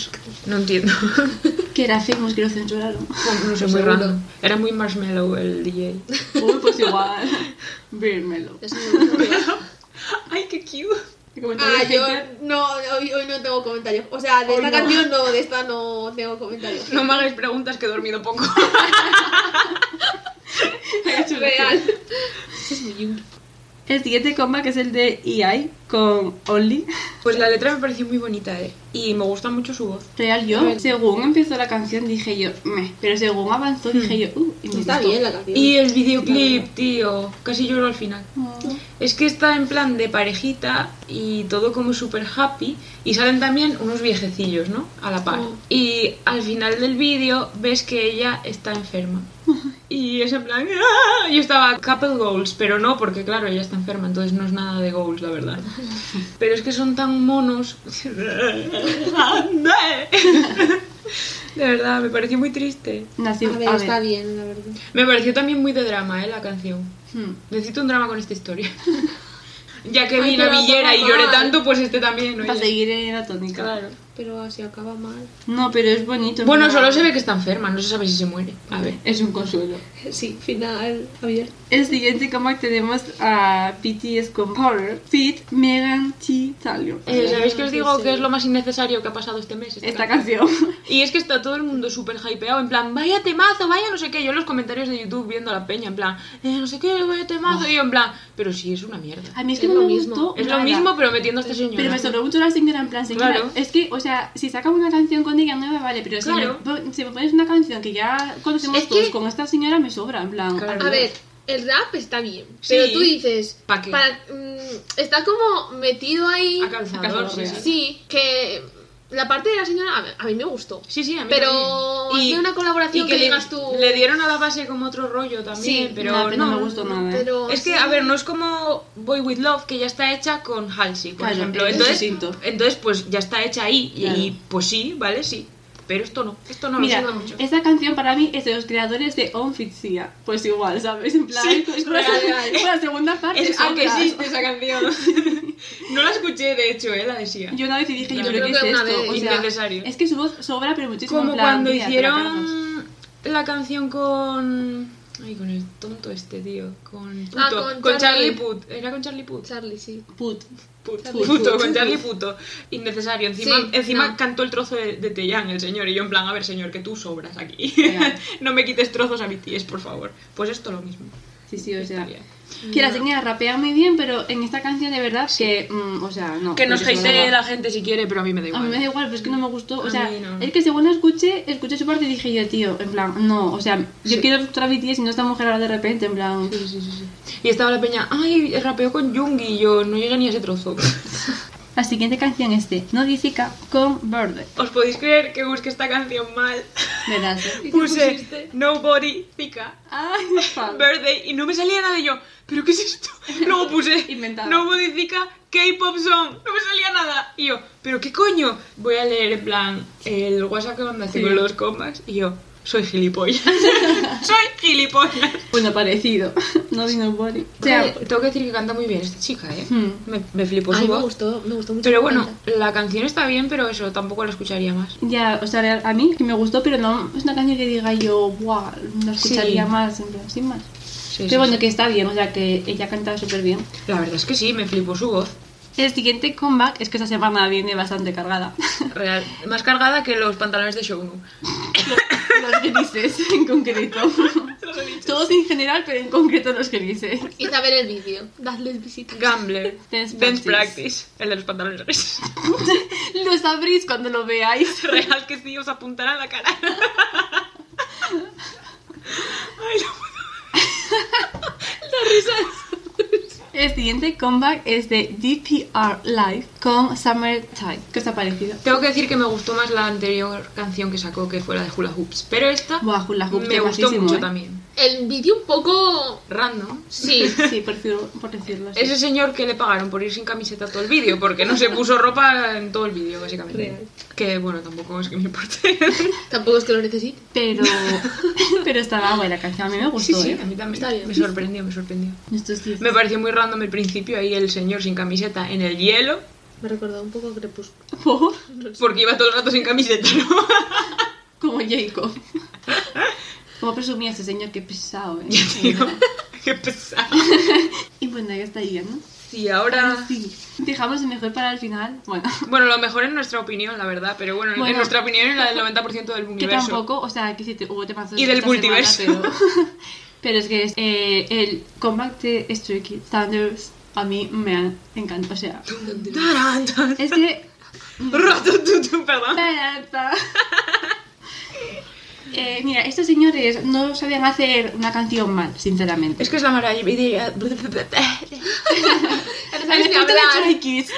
Speaker 1: no entiendo,
Speaker 2: Que era famous, que lo censuraron.
Speaker 1: no sé,
Speaker 3: Pues
Speaker 1: muy
Speaker 3: seguro.
Speaker 1: random. Era muy marshmallow el DJ.
Speaker 2: Uy, pues igual. Vírmelo.
Speaker 3: Es muy bueno.
Speaker 1: Ay, qué cute.
Speaker 3: Ah, yo no, hoy, hoy no tengo comentarios. O sea, de
Speaker 2: Hoy
Speaker 3: esta
Speaker 2: no.
Speaker 3: canción Oh, no, de esta no tengo comentarios.
Speaker 1: No me hagáis preguntas que he dormido poco.
Speaker 3: Es real.
Speaker 2: El siguiente comeback es el de EI con Only.
Speaker 1: Pues la letra me pareció muy bonita, eh, y me gusta mucho su voz.
Speaker 2: Real,
Speaker 3: A
Speaker 2: yo,
Speaker 3: ver.
Speaker 2: según empezó la canción, dije yo, meh. Pero según avanzó, dije yo, uh, y me
Speaker 3: Está
Speaker 2: gustó.
Speaker 3: bien la canción.
Speaker 1: Y el videoclip, tío, casi lloro al final. Es que está en plan de parejita y todo como super happy y salen también unos viejecillos, ¿no? A la par.
Speaker 3: Mm.
Speaker 1: Y al final del vídeo ves que ella está enferma. Y es en plan, "Ah". yo estaba couple goals, pero no, porque claro, ella está enferma, entonces no es nada de goals, la verdad. Pero es que son tan monos. De verdad, me pareció muy triste.
Speaker 2: Nació,
Speaker 3: a ver, está bien, la verdad.
Speaker 1: Me pareció también muy de drama, ¿eh? La canción.
Speaker 2: Hmm.
Speaker 1: Necesito un drama con esta historia. ya que
Speaker 3: Ay,
Speaker 1: vi la
Speaker 3: pero
Speaker 1: villera y
Speaker 3: todo
Speaker 1: lloré
Speaker 3: mal.
Speaker 1: tanto, pues este también.
Speaker 2: Para
Speaker 1: oye.
Speaker 2: seguir en la tónica.
Speaker 1: Claro.
Speaker 3: Pero así acaba mal.
Speaker 2: No, pero es bonito.
Speaker 1: Bueno,
Speaker 2: mira.
Speaker 1: solo se ve que está enferma, no se sabe si se muere. A ver.
Speaker 2: Es un consuelo.
Speaker 3: Sí, final abierto.
Speaker 2: El siguiente comeback tenemos a BTS con Power, Fit, Megan Thee Stallion.
Speaker 1: Eh, ¿Sabéis que os
Speaker 3: Sí,
Speaker 1: digo
Speaker 3: sí.
Speaker 1: que es lo más innecesario que ha pasado este mes?
Speaker 2: Esta
Speaker 1: canción.
Speaker 2: canción.
Speaker 1: Y es que está todo el mundo súper hypeado, en plan, vaya temazo, vaya no sé qué. Yo en los comentarios de YouTube viendo a la peña, en plan, eh, no sé qué, vaya temazo. Y yo en plan, pero sí, es una mierda.
Speaker 2: A mí es
Speaker 3: Es
Speaker 2: que no
Speaker 3: lo
Speaker 2: me
Speaker 3: mismo.
Speaker 2: gustó.
Speaker 1: Es lo
Speaker 2: nada.
Speaker 1: mismo, pero metiendo a este señor.
Speaker 2: Pero me sonó mucho la señora en plan, señora,
Speaker 1: Claro.
Speaker 2: es que, o sea, si sacan una canción con ella nueva, vale, pero si,
Speaker 1: Claro.
Speaker 2: me, pon- si me pones una canción que ya conocemos
Speaker 3: Es que-
Speaker 2: todos con esta señora, me sobra, en plan.
Speaker 1: Claro.
Speaker 3: A ver, el rap está bien,
Speaker 1: Sí.
Speaker 3: pero tú dices,
Speaker 1: ¿Pa' qué?
Speaker 3: para- mm, está como metido ahí.
Speaker 1: A calzador,
Speaker 2: A calzador
Speaker 1: sí,
Speaker 2: real.
Speaker 1: sí.
Speaker 3: Sí, que la parte de la señora a mí, a mí me gustó.
Speaker 1: Sí, sí, a mí
Speaker 3: Pero
Speaker 1: también.
Speaker 3: hacer una colaboración que
Speaker 1: le-
Speaker 3: digas tú-
Speaker 1: Le dieron a la base como otro rollo también,
Speaker 3: Sí,
Speaker 1: pero,
Speaker 2: nada, pero
Speaker 1: no
Speaker 2: no me gustó nada. ¿eh?
Speaker 3: Pero
Speaker 1: Es que,
Speaker 3: sí.
Speaker 1: a ver, no es como Boy With Love, que ya está hecha con Halsey, por
Speaker 2: Claro,
Speaker 1: ejemplo.
Speaker 2: es
Speaker 1: Entonces,
Speaker 2: distinto.
Speaker 1: entonces, pues ya está hecha ahí, y,
Speaker 2: Claro.
Speaker 1: y, pues sí, ¿vale? Sí. Pero esto no, esto no
Speaker 2: Mira,
Speaker 1: me gusta mucho.
Speaker 2: esta canción para mí es de los creadores de On Fit Sia. Pues igual, ¿sabes? En plan,
Speaker 1: Sí,
Speaker 2: es
Speaker 1: real, real.
Speaker 2: la segunda parte.
Speaker 1: Es- ah, aunque
Speaker 2: sobra.
Speaker 1: existe esa canción. no la escuché, de hecho, ¿eh? La decía.
Speaker 2: Yo una vez dije, yo
Speaker 1: Claro.
Speaker 2: creo que
Speaker 3: Yo
Speaker 2: es
Speaker 3: creo que una
Speaker 2: esto.
Speaker 3: vez,
Speaker 2: o sea,
Speaker 1: innecesario.
Speaker 2: es que su voz sobra, pero muchísimo.
Speaker 1: Como
Speaker 2: en plan,
Speaker 1: cuando
Speaker 2: tía, te la cargas.
Speaker 1: hicieron la canción con... Ay, con el tonto este, tío. Con, puto,
Speaker 3: Ah,
Speaker 1: con,
Speaker 3: con
Speaker 1: Charlie
Speaker 3: Charlie.
Speaker 1: Puth. ¿Era con Charlie Puth?
Speaker 3: Charlie, sí.
Speaker 2: Put.
Speaker 1: Puto,
Speaker 3: Charlie
Speaker 1: puto,
Speaker 3: Puth.
Speaker 1: con Charlie Puto. Innecesario. Encima,
Speaker 3: Sí,
Speaker 1: encima
Speaker 3: no.
Speaker 1: cantó el trozo de, de Tellán, el señor. Y yo, en plan, a ver, señor, que tú sobras aquí.
Speaker 2: Ya.
Speaker 1: no me quites trozos a BTS, por favor. Pues esto lo mismo.
Speaker 2: Sí, sí, o sea.
Speaker 1: Está bien.
Speaker 2: Que
Speaker 1: Mm.
Speaker 2: la señora rapea muy bien, pero en esta canción de verdad que, mm, o sea, no.
Speaker 1: Que nos
Speaker 2: porque
Speaker 1: hatee
Speaker 2: sobraba.
Speaker 1: la gente si quiere, pero a mí me da
Speaker 2: A
Speaker 1: igual.
Speaker 2: mí me da igual, pero es que no me gustó.
Speaker 1: A
Speaker 2: O sea,
Speaker 1: mí no.
Speaker 2: es que según la escuché, escuché su parte y dije yo, tío, en plan, no, o sea, yo
Speaker 1: Sí.
Speaker 2: quiero otra BTS y no esta mujer ahora de repente, en plan.
Speaker 1: Sí, sí, sí, sí. Y estaba la peña, ay, rapeó con Jungi. Y yo, no llega ni a ese trozo.
Speaker 2: La siguiente canción es de Nodicica con Verde.
Speaker 1: ¿Os podéis creer que busqué esta canción mal?
Speaker 2: ¿Verdad?
Speaker 3: ¿Y qué
Speaker 1: Puse
Speaker 3: pusiste?
Speaker 1: Nobody Zika.
Speaker 2: Ay,
Speaker 1: Birthday y no me salía nada y yo, ¿pero qué es esto? Luego puse,
Speaker 2: Inventado.
Speaker 1: no modifica K-pop song, no me salía nada. Y yo, ¿pero qué coño? Voy a leer en plan el WhatsApp que mandaste
Speaker 2: Sí.
Speaker 1: con los comas y yo, soy gilipollas. soy gilipollas.
Speaker 2: Bueno, parecido. No nobody.
Speaker 1: O sea, tengo que decir que canta muy bien esta chica, ¿eh?
Speaker 2: Hmm.
Speaker 1: Me, me flipó
Speaker 3: A mí
Speaker 1: su
Speaker 3: me
Speaker 1: voz.
Speaker 3: gustó, me gustó mucho.
Speaker 1: pues Pero
Speaker 3: cómo
Speaker 1: bueno,
Speaker 3: canta.
Speaker 1: la canción está bien, pero eso tampoco la escucharía más.
Speaker 2: Ya, o sea, real- a mí que me gustó, pero no es una canción que diga yo, ¡buah! No escucharía
Speaker 1: Sí.
Speaker 2: más, en plan, sin más.
Speaker 1: Sí, sí,
Speaker 2: Pero bueno,
Speaker 1: sí.
Speaker 2: que está bien, o sea, que ella canta súper bien.
Speaker 1: La verdad es que sí, me flipó su voz.
Speaker 2: El siguiente comeback es que esta semana viene bastante cargada.
Speaker 1: Real. Más cargada que los pantalones de Shownu.
Speaker 2: Los grises, en concreto. Todos en general, pero en concreto los grises.
Speaker 3: Id a ver el vídeo, dadles visitas.
Speaker 1: Gambler.
Speaker 2: Dance
Speaker 1: Dance practice.
Speaker 2: practice.
Speaker 1: El de los pantalones grises.
Speaker 2: Lo sabréis cuando lo veáis.
Speaker 1: Real que sí, os apuntará en la cara. Ay, no.
Speaker 2: El siguiente comeback es de DPR Live con Summertime. ¿Qué os ha parecido?
Speaker 1: Tengo que decir que me gustó más la anterior canción que sacó, que fue la de Hula Hoops. Pero esta
Speaker 2: Buah, Hula Hoop
Speaker 1: me gustó
Speaker 2: majísimo,
Speaker 1: mucho
Speaker 2: ¿eh?
Speaker 1: también.
Speaker 3: El vídeo un poco...
Speaker 1: Random.
Speaker 3: Sí,
Speaker 2: Sí, por, decirlo- por decirlo así.
Speaker 1: Ese señor que le pagaron por ir sin camiseta todo el vídeo, porque no se puso ropa en todo el vídeo, básicamente.
Speaker 3: Real.
Speaker 1: Que bueno, tampoco es que me importe.
Speaker 3: tampoco es que lo necesite.
Speaker 2: Pero, pero estaba buena la canción, a mí me
Speaker 1: Sí,
Speaker 2: gustó.
Speaker 1: sí,
Speaker 2: ¿eh?
Speaker 1: a mí también.
Speaker 3: Está bien.
Speaker 1: Me sorprendió, me sorprendió.
Speaker 2: Estos días.
Speaker 1: Me pareció muy random el principio, ahí el señor sin camiseta en el hielo,
Speaker 3: Me recordaba un poco a Crepúsculo.
Speaker 2: Por-
Speaker 3: No sé.
Speaker 1: porque iba todo el rato sin camiseta, ¿no?
Speaker 2: Como Jacob. Como presumía este señor, qué pesado, ¿eh?
Speaker 1: Tío, qué pesado.
Speaker 2: Y bueno, ya está llegando.
Speaker 1: Sí, ahora...
Speaker 2: Sí. Dejamos el mejor para el final. Bueno,
Speaker 1: Bueno, lo mejor es nuestra opinión, la verdad, pero bueno, en
Speaker 2: Bueno.
Speaker 1: nuestra opinión es la del 90% del
Speaker 2: que
Speaker 1: universo.
Speaker 2: tampoco, o sea, que sí, te- hubo temas
Speaker 1: Y del
Speaker 2: esta semana,
Speaker 1: multiverso.
Speaker 2: pero, pero es que es, eh, el comeback de Stray Kids, Thunders, a mí me encanta. O sea,
Speaker 1: Tarán, tarán.
Speaker 2: es que
Speaker 1: Ratatutu, Perdón.
Speaker 2: Tarata. Eh, mira, estos señores no sabían hacer una canción mal, sinceramente.
Speaker 1: Es que es la maravilla...
Speaker 3: sabes ni
Speaker 2: Al punto de
Speaker 3: hablar.
Speaker 2: Stray Kids.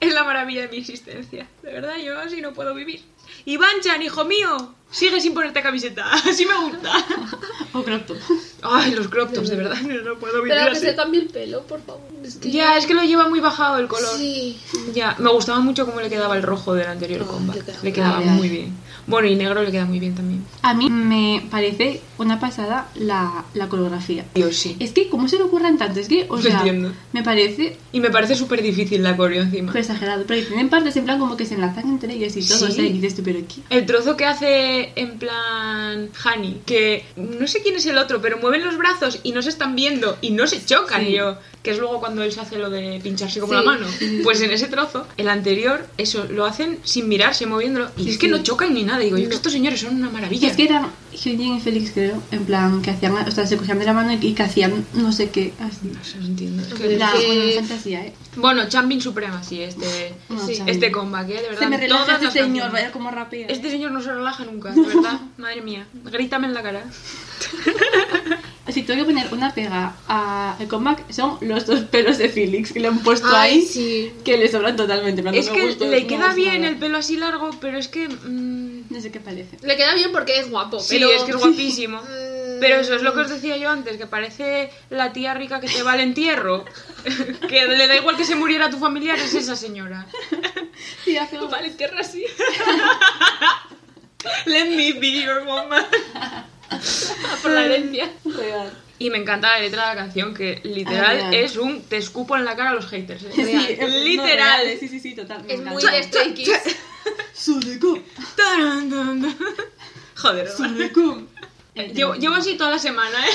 Speaker 1: Es la maravilla de mi existencia. De verdad, yo así no puedo vivir. Iván Chan, hijo mío, sigue sin ponerte camiseta. Así me gusta.
Speaker 2: O crop top.
Speaker 1: Ay, los crop tops, de verdad, no no puedo vivir
Speaker 3: Pero que
Speaker 1: así.
Speaker 3: se cambie el pelo, por favor. Es que...
Speaker 1: Ya, es que lo lleva muy bajado el color.
Speaker 3: Sí.
Speaker 1: Ya, me gustaba mucho cómo le quedaba el rojo del anterior
Speaker 3: Ah,
Speaker 1: combat.
Speaker 3: le quedaba
Speaker 1: Le quedaba
Speaker 2: muy bien.
Speaker 1: muy bien. Bueno, y negro le queda muy bien también.
Speaker 2: A mí me parece una pasada la, la coreografía.
Speaker 1: Dios, sí.
Speaker 2: Es que, ¿cómo se le ocurran tanto? Es que, o
Speaker 1: No
Speaker 2: sea,
Speaker 1: entiendo.
Speaker 2: me parece
Speaker 1: Y me parece súper difícil la coreo encima.
Speaker 2: pero exagerado. Pero tienen partes en plan como que se enlazan entre ellos y todo.
Speaker 1: Sí.
Speaker 2: O sea, y dices tú, pero aquí.
Speaker 1: El trozo que hace en plan Hani, que no sé quién es el otro, pero mueven los brazos y no se están viendo y no se chocan.
Speaker 2: Sí.
Speaker 1: Y yo, que es luego cuando él se hace lo de pincharse como
Speaker 3: Sí.
Speaker 1: la mano. Pues en ese trozo, el anterior, eso lo hacen sin mirarse, moviéndolo. Y
Speaker 2: Sí,
Speaker 1: es que
Speaker 2: sí.
Speaker 1: no chocan ni nada. Digo, yo
Speaker 3: No.
Speaker 1: que estos señores son una maravilla.
Speaker 2: Es que eran Hyunjin y Félix, creo, en plan que hacían, o sea, se cogían de la mano y que hacían no sé qué, así.
Speaker 1: No sé, no entiendo. es que-
Speaker 3: Pero
Speaker 2: La,
Speaker 3: que-
Speaker 2: bueno, fantasía, ¿eh?
Speaker 1: Bueno, Champion Suprema, sí, este,
Speaker 2: No,
Speaker 3: Sí.
Speaker 2: Xavi.
Speaker 1: este comeback, ¿eh? De verdad.
Speaker 2: Se me relaja
Speaker 1: todas
Speaker 2: este
Speaker 1: las
Speaker 2: señor,
Speaker 1: canciones.
Speaker 2: vaya como rapea.
Speaker 1: Este señor no se relaja nunca, de verdad. Madre mía. Grítame en la cara.
Speaker 2: Si tengo que poner una pega a- al comeback, son los dos pelos de Felix que le han puesto
Speaker 3: Ay,
Speaker 2: ahí,
Speaker 3: sí.
Speaker 2: que le sobran totalmente. en plan,
Speaker 1: Es
Speaker 2: no
Speaker 1: que
Speaker 2: me gusta,
Speaker 1: le
Speaker 2: no
Speaker 1: queda
Speaker 2: me gusta
Speaker 1: bien
Speaker 2: nada.
Speaker 1: el pelo así largo, pero es que. mm,
Speaker 2: No sé qué parece.
Speaker 3: Le queda bien porque es guapo,
Speaker 1: sí,
Speaker 3: pero...
Speaker 1: es que es guapísimo.
Speaker 3: Mm,
Speaker 1: Pero eso es lo que os decía yo antes, que parece la tía rica que te va al entierro. que le da igual que se muriera tu familiar, es esa señora.
Speaker 2: Sí, hace algo.
Speaker 1: Vale, entierro así. Let me be your woman.
Speaker 3: Por la herencia.
Speaker 2: Real.
Speaker 1: Y me encanta la letra de la canción, que
Speaker 2: Ah,
Speaker 1: literal
Speaker 2: real.
Speaker 1: es un te escupo en la cara a los haters. ¿eh?
Speaker 2: Sí,
Speaker 3: Real.
Speaker 2: es- no,
Speaker 1: Literal.
Speaker 2: real, sí, sí, sí, total.
Speaker 3: Es muy de Stray Kids.
Speaker 2: Sudeco,
Speaker 1: Tarán, tan, tan. Joder, hermano.
Speaker 2: Sudeco.
Speaker 1: llevo, llevo así toda la semana, ¿eh?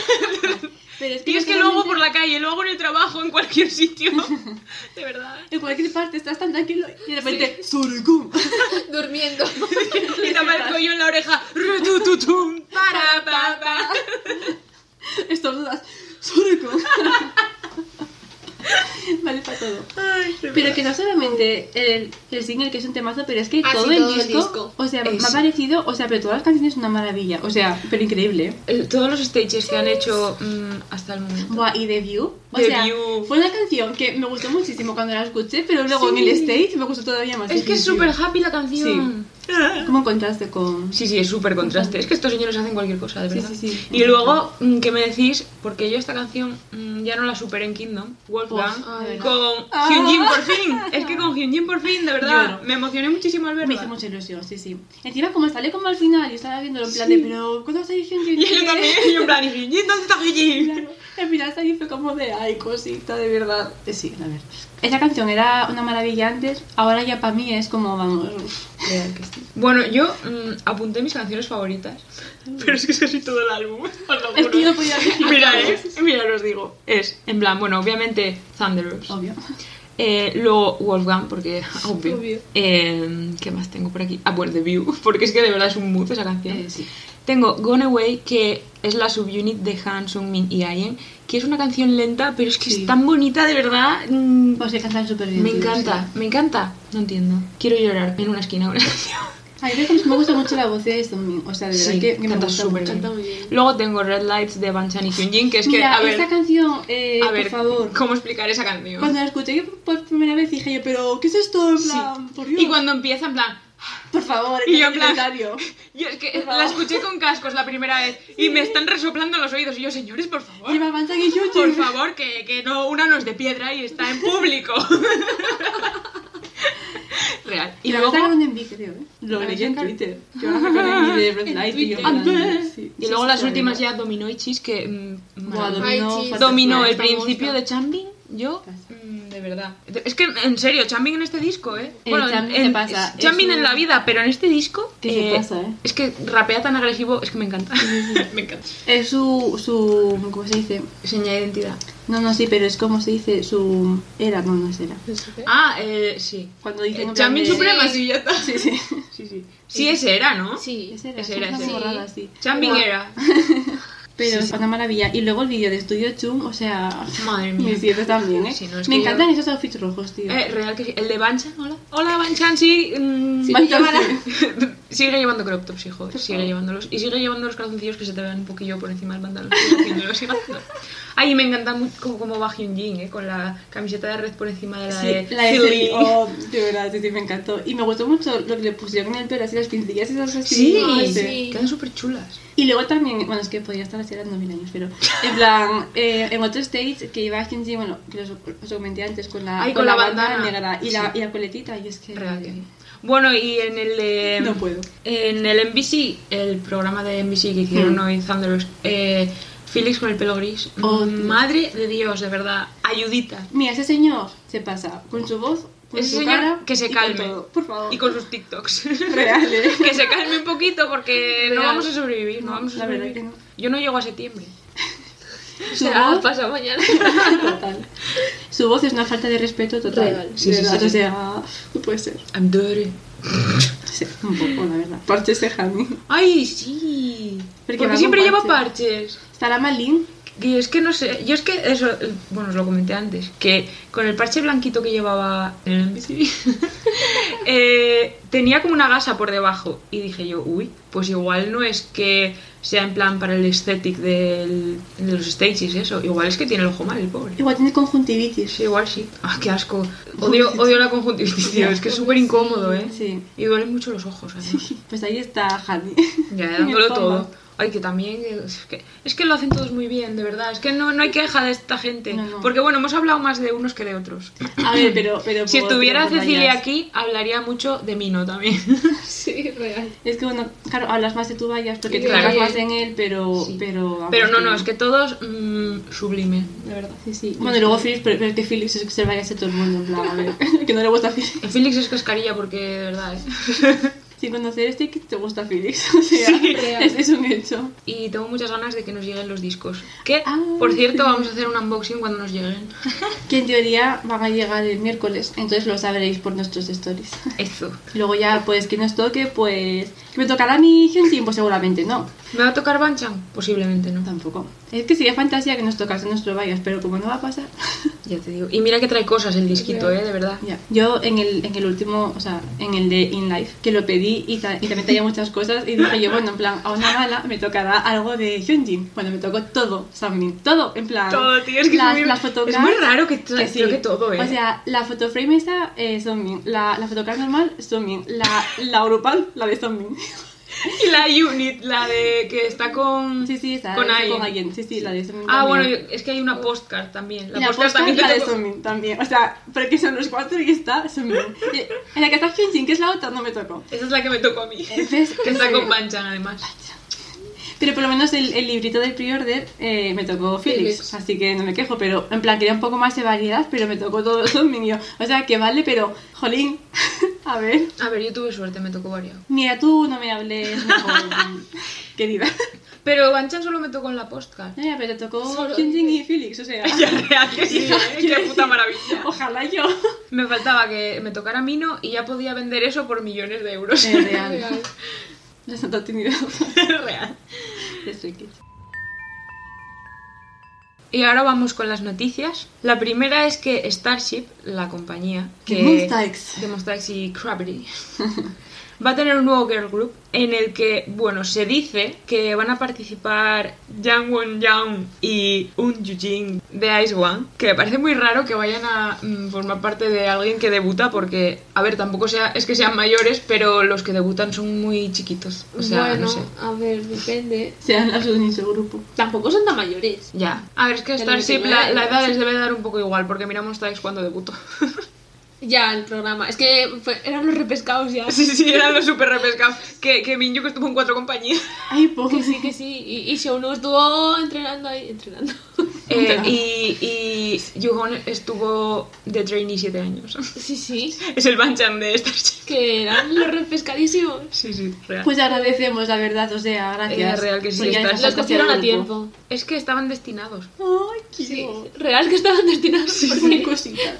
Speaker 2: Pero es que,
Speaker 1: Y es que
Speaker 2: no
Speaker 1: lo hago
Speaker 2: solamente-
Speaker 1: por la calle, lo hago en el trabajo, en cualquier sitio. De verdad.
Speaker 2: En cualquier parte estás tan tranquilo y de repente. Sudeco.
Speaker 3: Durmiendo.
Speaker 1: Y te aparezco yo en la oreja. rutututum, para, pa, pa.
Speaker 2: Estornudas. Sudeco. Vale para todo.
Speaker 1: Ay, de
Speaker 2: Pero
Speaker 1: verdad.
Speaker 2: que no solamente el, el single, que es un temazo, pero es que
Speaker 3: Ah,
Speaker 2: todo,
Speaker 3: sí,
Speaker 2: el,
Speaker 3: todo el
Speaker 2: disco,
Speaker 3: disco.
Speaker 2: O sea, me
Speaker 1: Eso.
Speaker 2: ha parecido. O sea, pero todas las canciones son una maravilla. O sea, pero increíble. ¿eh?
Speaker 1: El- Todos los stages que han hecho mm, hasta el momento.
Speaker 2: Buah, y The View. O
Speaker 1: The
Speaker 2: sea,
Speaker 1: View.
Speaker 2: fue una canción que me gustó muchísimo cuando la escuché, pero luego en
Speaker 1: Sí.
Speaker 2: el stage me gustó todavía más.
Speaker 1: Es que es súper happy la canción.
Speaker 2: Como contraste con.
Speaker 1: Sí, sí, es súper contraste. Es que estos señores hacen cualquier cosa, de
Speaker 2: Sí,
Speaker 1: verdad.
Speaker 2: sí, sí.
Speaker 1: Y luego, mm, ¿qué me decís? Porque yo esta canción mm, ya no la superé en Kingdom, Wolfgang,
Speaker 2: Uf,
Speaker 3: ay,
Speaker 1: con
Speaker 2: Pues, no.
Speaker 1: Hyunjin
Speaker 2: Ah.
Speaker 1: por fin. Es que con Hyunjin por fin, de verdad.
Speaker 2: Lloro.
Speaker 1: Me emocioné muchísimo al
Speaker 2: Me
Speaker 1: verla.
Speaker 2: hizo mucha ilusión, sí, sí. Encima, como salió como al final, yo estaba viéndolo en plan de, pero ¿cuándo está diciendo que
Speaker 1: Y yo también, y yo en plan, dije, ¿y dónde está Gigi?
Speaker 2: Claro, al final salí fue como de, ay, cosita, de verdad. Eh, Sí, la verdad. Esa canción era una maravilla antes, ahora ya para mí es como, vamos, uf.
Speaker 1: Bueno, yo mm, apunté mis canciones favoritas, pero es que es casi todo el álbum. os lo
Speaker 2: Es que
Speaker 1: juro.
Speaker 2: yo no podía decir
Speaker 1: Mira,
Speaker 2: nada.
Speaker 1: eh, mira, os digo. Es, en plan, bueno, obviamente Thunderous.
Speaker 2: obvio.
Speaker 1: Eh, luego Wolfgang, porque obvio.
Speaker 3: Obvio.
Speaker 1: Eh, ¿Qué más tengo por aquí? Ah, bueno, The View, porque es que de verdad es un mood esa canción.
Speaker 2: Eh, sí.
Speaker 1: Tengo Gone Away, que es la subunit de Han, Min y Ayen, que es una canción lenta, pero es que
Speaker 2: Sí.
Speaker 1: es tan bonita, de verdad. mm,
Speaker 2: Pues se cantan súper bien.
Speaker 1: me
Speaker 2: tío,
Speaker 1: encanta, me encanta. No entiendo. Quiero llorar en una esquina. ahora.
Speaker 2: sí. A mí me- me gusta mucho la voz de Zombie, o sea, de verdad
Speaker 1: Sí,
Speaker 2: que, que me
Speaker 1: canta
Speaker 2: gusta
Speaker 1: súper
Speaker 2: mucho.
Speaker 1: bien.
Speaker 3: Canta muy bien.
Speaker 1: Luego tengo Red Lights de Banchan y Hyunjin, que es que,
Speaker 2: Mira,
Speaker 1: a ver,
Speaker 2: esta canción, eh,
Speaker 1: a ver
Speaker 2: por favor.
Speaker 1: ¿cómo explicar esa canción?
Speaker 2: Cuando la escuché por primera vez dije yo, pero ¿qué es esto? En plan, por Dios.
Speaker 1: Y cuando empieza, en plan,
Speaker 2: Por favor,
Speaker 1: Y yo en
Speaker 2: el
Speaker 1: plan-
Speaker 2: comentario.
Speaker 1: Yo es que
Speaker 2: Por favor.
Speaker 1: la escuché con cascos la primera vez y me están resoplando los oídos. Y yo, señores, por favor,
Speaker 2: Lleva avanza que yo
Speaker 1: por
Speaker 2: yo-
Speaker 1: favor, que, que no, una no es de piedra y está en público. Real. Y
Speaker 2: Y la
Speaker 1: luego,
Speaker 2: sacaron en Vic, creo, ¿eh? Lo
Speaker 1: La
Speaker 2: leí en
Speaker 1: sacaron-
Speaker 2: Twitter. Yo la sacaron en Vic de Red
Speaker 3: En
Speaker 2: Light y yo...
Speaker 3: Twitter.
Speaker 2: en plan,
Speaker 1: Andrés.
Speaker 2: sí.
Speaker 1: y luego las últimas ya dominó y chis que mm,
Speaker 2: Buah,
Speaker 1: madre.
Speaker 3: Ay,
Speaker 2: dominó...
Speaker 3: chis.
Speaker 2: Fantastic
Speaker 1: dominó el
Speaker 3: Esta me
Speaker 1: principio
Speaker 3: gusta.
Speaker 1: de Chambing. Yo,
Speaker 2: Pasa.
Speaker 1: mm, de verdad. Es que, en serio, Chambing en este disco, ¿eh?
Speaker 2: Eh, Chambin se pasa, es
Speaker 1: Chambing
Speaker 2: un-
Speaker 1: en la vida, pero en este disco.
Speaker 2: Que se pasa, ¿eh?
Speaker 1: Es que rapea tan agresivo, es que me encanta. me encanta.
Speaker 2: Es su, su... ¿Cómo se dice?
Speaker 1: Seña de identidad.
Speaker 2: No, no, sí, pero es como se dice su... Era, no, no es era.
Speaker 1: Ah, eh, sí.
Speaker 2: Cuando dicen... en plan
Speaker 1: Chamin
Speaker 2: de-
Speaker 1: Suprema, sí, ya está.
Speaker 2: Sí, sí.
Speaker 1: Sí, sí. Sí, ese era, ¿no?
Speaker 3: Sí.
Speaker 2: Ese era,
Speaker 1: Ese
Speaker 2: es
Speaker 1: era,
Speaker 2: una
Speaker 1: ese era.
Speaker 2: borrada, sí.
Speaker 1: Chambing
Speaker 2: Buah,
Speaker 1: era.
Speaker 2: Pero
Speaker 1: Sí,
Speaker 2: es una maravilla. Y luego el vídeo de Estudio Chum, o sea...
Speaker 1: Madre
Speaker 2: Me
Speaker 1: mía.
Speaker 2: siento también, ¿eh?
Speaker 1: Sí, no, es
Speaker 2: Me
Speaker 1: que yo-
Speaker 2: encantan esos outfits rojos, tío.
Speaker 1: Eh, real que sí. El de Banchan, hola. Hola, Banchan, sí. mm,
Speaker 2: Sí,
Speaker 1: Banchan.
Speaker 2: llámala.
Speaker 1: sigue llevando crop tops, hijo. Sigue
Speaker 2: favor.
Speaker 1: llevándolos. Y sigue llevando los calzoncillos que se te vean un poquillo por encima del pantalón. Sigue haciéndolo, sigue haciéndolo. Ay, me encanta mucho como, como va Hyunjin, ¿eh? Con la camiseta de red por encima de la
Speaker 2: Sí,
Speaker 1: de
Speaker 2: la de
Speaker 1: Silly.
Speaker 2: Celine. Oh, de verdad, sí, sí, me encantó. Y me gustó mucho lo que le pusieron en el pelo, así las pincillas esas así.
Speaker 1: Sí,
Speaker 2: no
Speaker 3: Ay,
Speaker 2: sé.
Speaker 3: sí.
Speaker 1: quedan súper chulas.
Speaker 2: Y luego también, bueno, es que podría estar así hablando mil años, pero en plan, eh, en otro stage que iba a Kenji, bueno, que los, os comenté antes, con la,
Speaker 1: Ay, con la bandana.
Speaker 2: negra y, la, y la coletita, y es que...
Speaker 1: Real que sí. Bueno, y en el de.
Speaker 2: No puedo.
Speaker 1: En el NBC, el programa de NBC que hicieron
Speaker 2: Mm.
Speaker 1: hoy Thunderous, eh, Félix con el pelo gris.
Speaker 2: Oh, Dios.
Speaker 1: Madre de Dios, de verdad. Ayudita.
Speaker 2: Mira, ese señor se pasa con su voz, con
Speaker 1: Ese
Speaker 2: su
Speaker 1: señor
Speaker 2: cara...
Speaker 1: que se
Speaker 2: y con
Speaker 1: calme.
Speaker 2: todo, por favor.
Speaker 1: Y con sus TikToks.
Speaker 2: Real, ¿eh?
Speaker 1: que se calme un poquito porque no
Speaker 2: Real.
Speaker 1: vamos a sobrevivir. No,
Speaker 2: No,
Speaker 1: vamos a
Speaker 2: la verdad
Speaker 1: sobrevivir.
Speaker 2: que
Speaker 1: Yo no llego a septiembre.
Speaker 2: Su voz-
Speaker 1: pasa mañana.
Speaker 2: Total. Su voz es una falta de respeto total.
Speaker 3: Real.
Speaker 1: Sí,
Speaker 2: de
Speaker 1: sí,
Speaker 2: verdad,
Speaker 1: sí,
Speaker 2: O
Speaker 1: sí.
Speaker 2: sea, no puede ser.
Speaker 1: I'm dirty.
Speaker 2: Sí, un poco, la verdad. Parches de Jamie.
Speaker 1: Ay, sí.
Speaker 2: Porque
Speaker 1: Porque
Speaker 2: va
Speaker 1: siempre
Speaker 2: con
Speaker 1: lleva
Speaker 2: parches.
Speaker 1: parches.
Speaker 2: Estará Malin.
Speaker 1: Y es que no sé, yo es que eso, eh, bueno, os lo comenté antes, que con el parche blanquito que llevaba en el NBC, eh, tenía como una gasa por debajo. Y dije yo, uy, pues igual no es que sea en plan para el aesthetic del- de los stages, eso. Igual es que tiene el ojo mal, el pobre.
Speaker 2: Igual tiene conjuntivitis.
Speaker 1: Sí, igual sí. Ah, qué asco. Odio, odio la conjuntivitis, tío. Es que es súper incómodo, ¿eh?
Speaker 2: Sí.
Speaker 1: Y duelen mucho los ojos, además.
Speaker 2: Pues ahí está Jamie.
Speaker 1: Ya,
Speaker 2: En el
Speaker 1: dándolo
Speaker 2: combo.
Speaker 1: todo. Ay, que también. Es que, es que lo hacen todos muy bien, de verdad. Es que no, no hay queja de esta gente.
Speaker 2: No, no.
Speaker 1: Porque, bueno, hemos hablado más de unos que de otros.
Speaker 2: A ver, pero. pero
Speaker 1: Si
Speaker 2: por-
Speaker 1: estuviera
Speaker 2: por
Speaker 1: Cecilia
Speaker 2: rayas.
Speaker 1: aquí, hablaría mucho de Mino también.
Speaker 3: Sí, real.
Speaker 2: Es que, bueno, claro, hablas más de tu vallas porque te
Speaker 1: Claro.
Speaker 2: claro. más en él, pero.
Speaker 1: Sí.
Speaker 2: Pero, vamos,
Speaker 1: Pero no, no, es que todos mm, sublime, de verdad.
Speaker 2: Sí, sí. Bueno, y luego Felix, pero, pero es que Felix es que se vaya a todo el mundo, en plan, a ver. que no le gusta Felix.
Speaker 1: El Félix es cascarilla porque, de verdad. ¿eh?
Speaker 2: Sin conocer este, que te gusta Felix. O sea,
Speaker 3: real.
Speaker 2: es, es un hecho.
Speaker 1: Y tengo muchas ganas de que nos lleguen los discos. Que,
Speaker 2: Ah,
Speaker 1: por cierto,
Speaker 2: sí.
Speaker 1: vamos a hacer un unboxing cuando nos lleguen.
Speaker 2: Que en teoría van a llegar el miércoles, entonces lo sabréis por nuestros stories.
Speaker 1: Eso.
Speaker 2: Luego ya, pues, que nos toque, pues... ¿Que me tocará a mí Hyunjin? Pues seguramente no.
Speaker 1: ¿Me va a tocar Banchan? Posiblemente no.
Speaker 2: Tampoco. Es que sería fantasía que nos tocase nuestro Bayas, pero como no va a pasar...
Speaker 1: Ya te digo. Y mira que trae cosas el disquito, ¿eh? De verdad.
Speaker 2: ya. Yo en el, en el último, o sea, en el de In Life, que lo pedí y, ta- y también tenía muchas cosas y dije yo, bueno, en plan, a una mala me tocará algo de Hyunjin. Bueno, me tocó todo, Sammin, todo, en plan...
Speaker 1: Todo, tío, es que
Speaker 2: las,
Speaker 1: es muy,
Speaker 2: las fotocars-
Speaker 1: es muy raro que, tra-
Speaker 2: sí.
Speaker 1: creo que todo, ¿eh?
Speaker 2: O sea, la fotoframe esa, eh, Sonmin. La, la fotocard normal, Sonmin. La, la grupal, la de Sonmin.
Speaker 1: Y la Unit, la de que está con.
Speaker 2: Sí, sí, está
Speaker 1: Con
Speaker 2: está
Speaker 1: alguien.
Speaker 2: con alguien. Sí, sí, la de Summit.
Speaker 1: Ah, bueno,
Speaker 2: también.
Speaker 1: yo- es que hay una postcard también. La,
Speaker 2: La
Speaker 1: postcard,
Speaker 2: posta y
Speaker 1: también
Speaker 2: la
Speaker 1: te
Speaker 2: de
Speaker 1: tocó-
Speaker 2: Summit también. O sea, porque son los cuatro y está Summit. Y En la que está Hyunjin, que es la otra, no me tocó.
Speaker 1: Esa es la que me tocó a mí.
Speaker 2: ¿Ves?
Speaker 1: Que está
Speaker 2: Eh, Sí.
Speaker 1: con Banchan, además.
Speaker 2: Pero por lo menos el, el librito del pre-order eh, me tocó Felix,
Speaker 3: Felix.
Speaker 2: así que no me quejo, pero en plan quería un poco más de variedad, pero me tocó todo Summit. y yo, O sea, que vale, pero jolín, a ver.
Speaker 1: A ver, yo tuve suerte, me tocó variado.
Speaker 2: Mira, tú no me hables, mejor, querida.
Speaker 1: Pero Banchan solo me tocó en la postcard.
Speaker 2: Ya, pero te tocó
Speaker 3: Solo-
Speaker 2: Hyunjin y Felix, o sea.
Speaker 1: Ya, real que sí,
Speaker 2: Hija,
Speaker 1: ¿eh?
Speaker 2: quiero
Speaker 1: Qué puta
Speaker 2: decir,
Speaker 1: maravilla.
Speaker 2: Ojalá yo.
Speaker 1: Me faltaba que me tocara Mino y ya podía vender eso por millones de euros.
Speaker 2: Es
Speaker 3: Real.
Speaker 2: real. La santa oportunidad
Speaker 1: Real.
Speaker 2: de Suikis.
Speaker 1: Y ahora vamos con las noticias. La primera es que Starship, la compañía que
Speaker 2: Game of Strikes.
Speaker 1: Game of Strikes y Gravity, va a tener un nuevo girl group en el que, bueno, se dice que van a participar Yang Won Yang y Un Yujin de Ice One, que me parece muy raro que vayan a mm, formar parte de alguien que debuta porque, a ver, tampoco sea, es que sean mayores, pero los que debutan son muy chiquitos. O sea,
Speaker 3: bueno,
Speaker 1: no sé.
Speaker 3: a ver, depende.
Speaker 2: Sean las unis del grupo.
Speaker 3: Tampoco son tan mayores.
Speaker 1: Ya. A ver, es que
Speaker 3: Del
Speaker 1: Starship
Speaker 3: 29,
Speaker 1: la, la edad
Speaker 3: sí.
Speaker 1: les debe dar un poco igual, porque miramos Styles cuando debutó.
Speaker 3: Ya, el programa. Es que fue- eran los repescados ya.
Speaker 1: sí, sí, eran los super repescados. Que, que Minju que estuvo en cuatro compañías.
Speaker 2: Ay, poco.
Speaker 3: Que sí, que sí. Y, y Shouno estuvo entrenando ahí. Entrenando.
Speaker 1: Eh, y y Yuhon estuvo de trainee siete años.
Speaker 3: Sí, sí.
Speaker 1: es el Banchan de Starship.
Speaker 3: Que eran los repescadísimos.
Speaker 1: Sí, sí, real.
Speaker 2: Pues agradecemos, la verdad, o sea, gracias.
Speaker 1: Eh, real que sí,
Speaker 2: Porque
Speaker 1: estás-
Speaker 2: nos
Speaker 3: Los
Speaker 2: has cogido
Speaker 3: cogieron a
Speaker 2: el grupo.
Speaker 3: tiempo.
Speaker 1: es que estaban destinados.
Speaker 2: Ay, qué
Speaker 3: Sí.
Speaker 2: lindo.
Speaker 3: Real que estaban destinados.
Speaker 2: Son
Speaker 3: porque-
Speaker 2: cositas.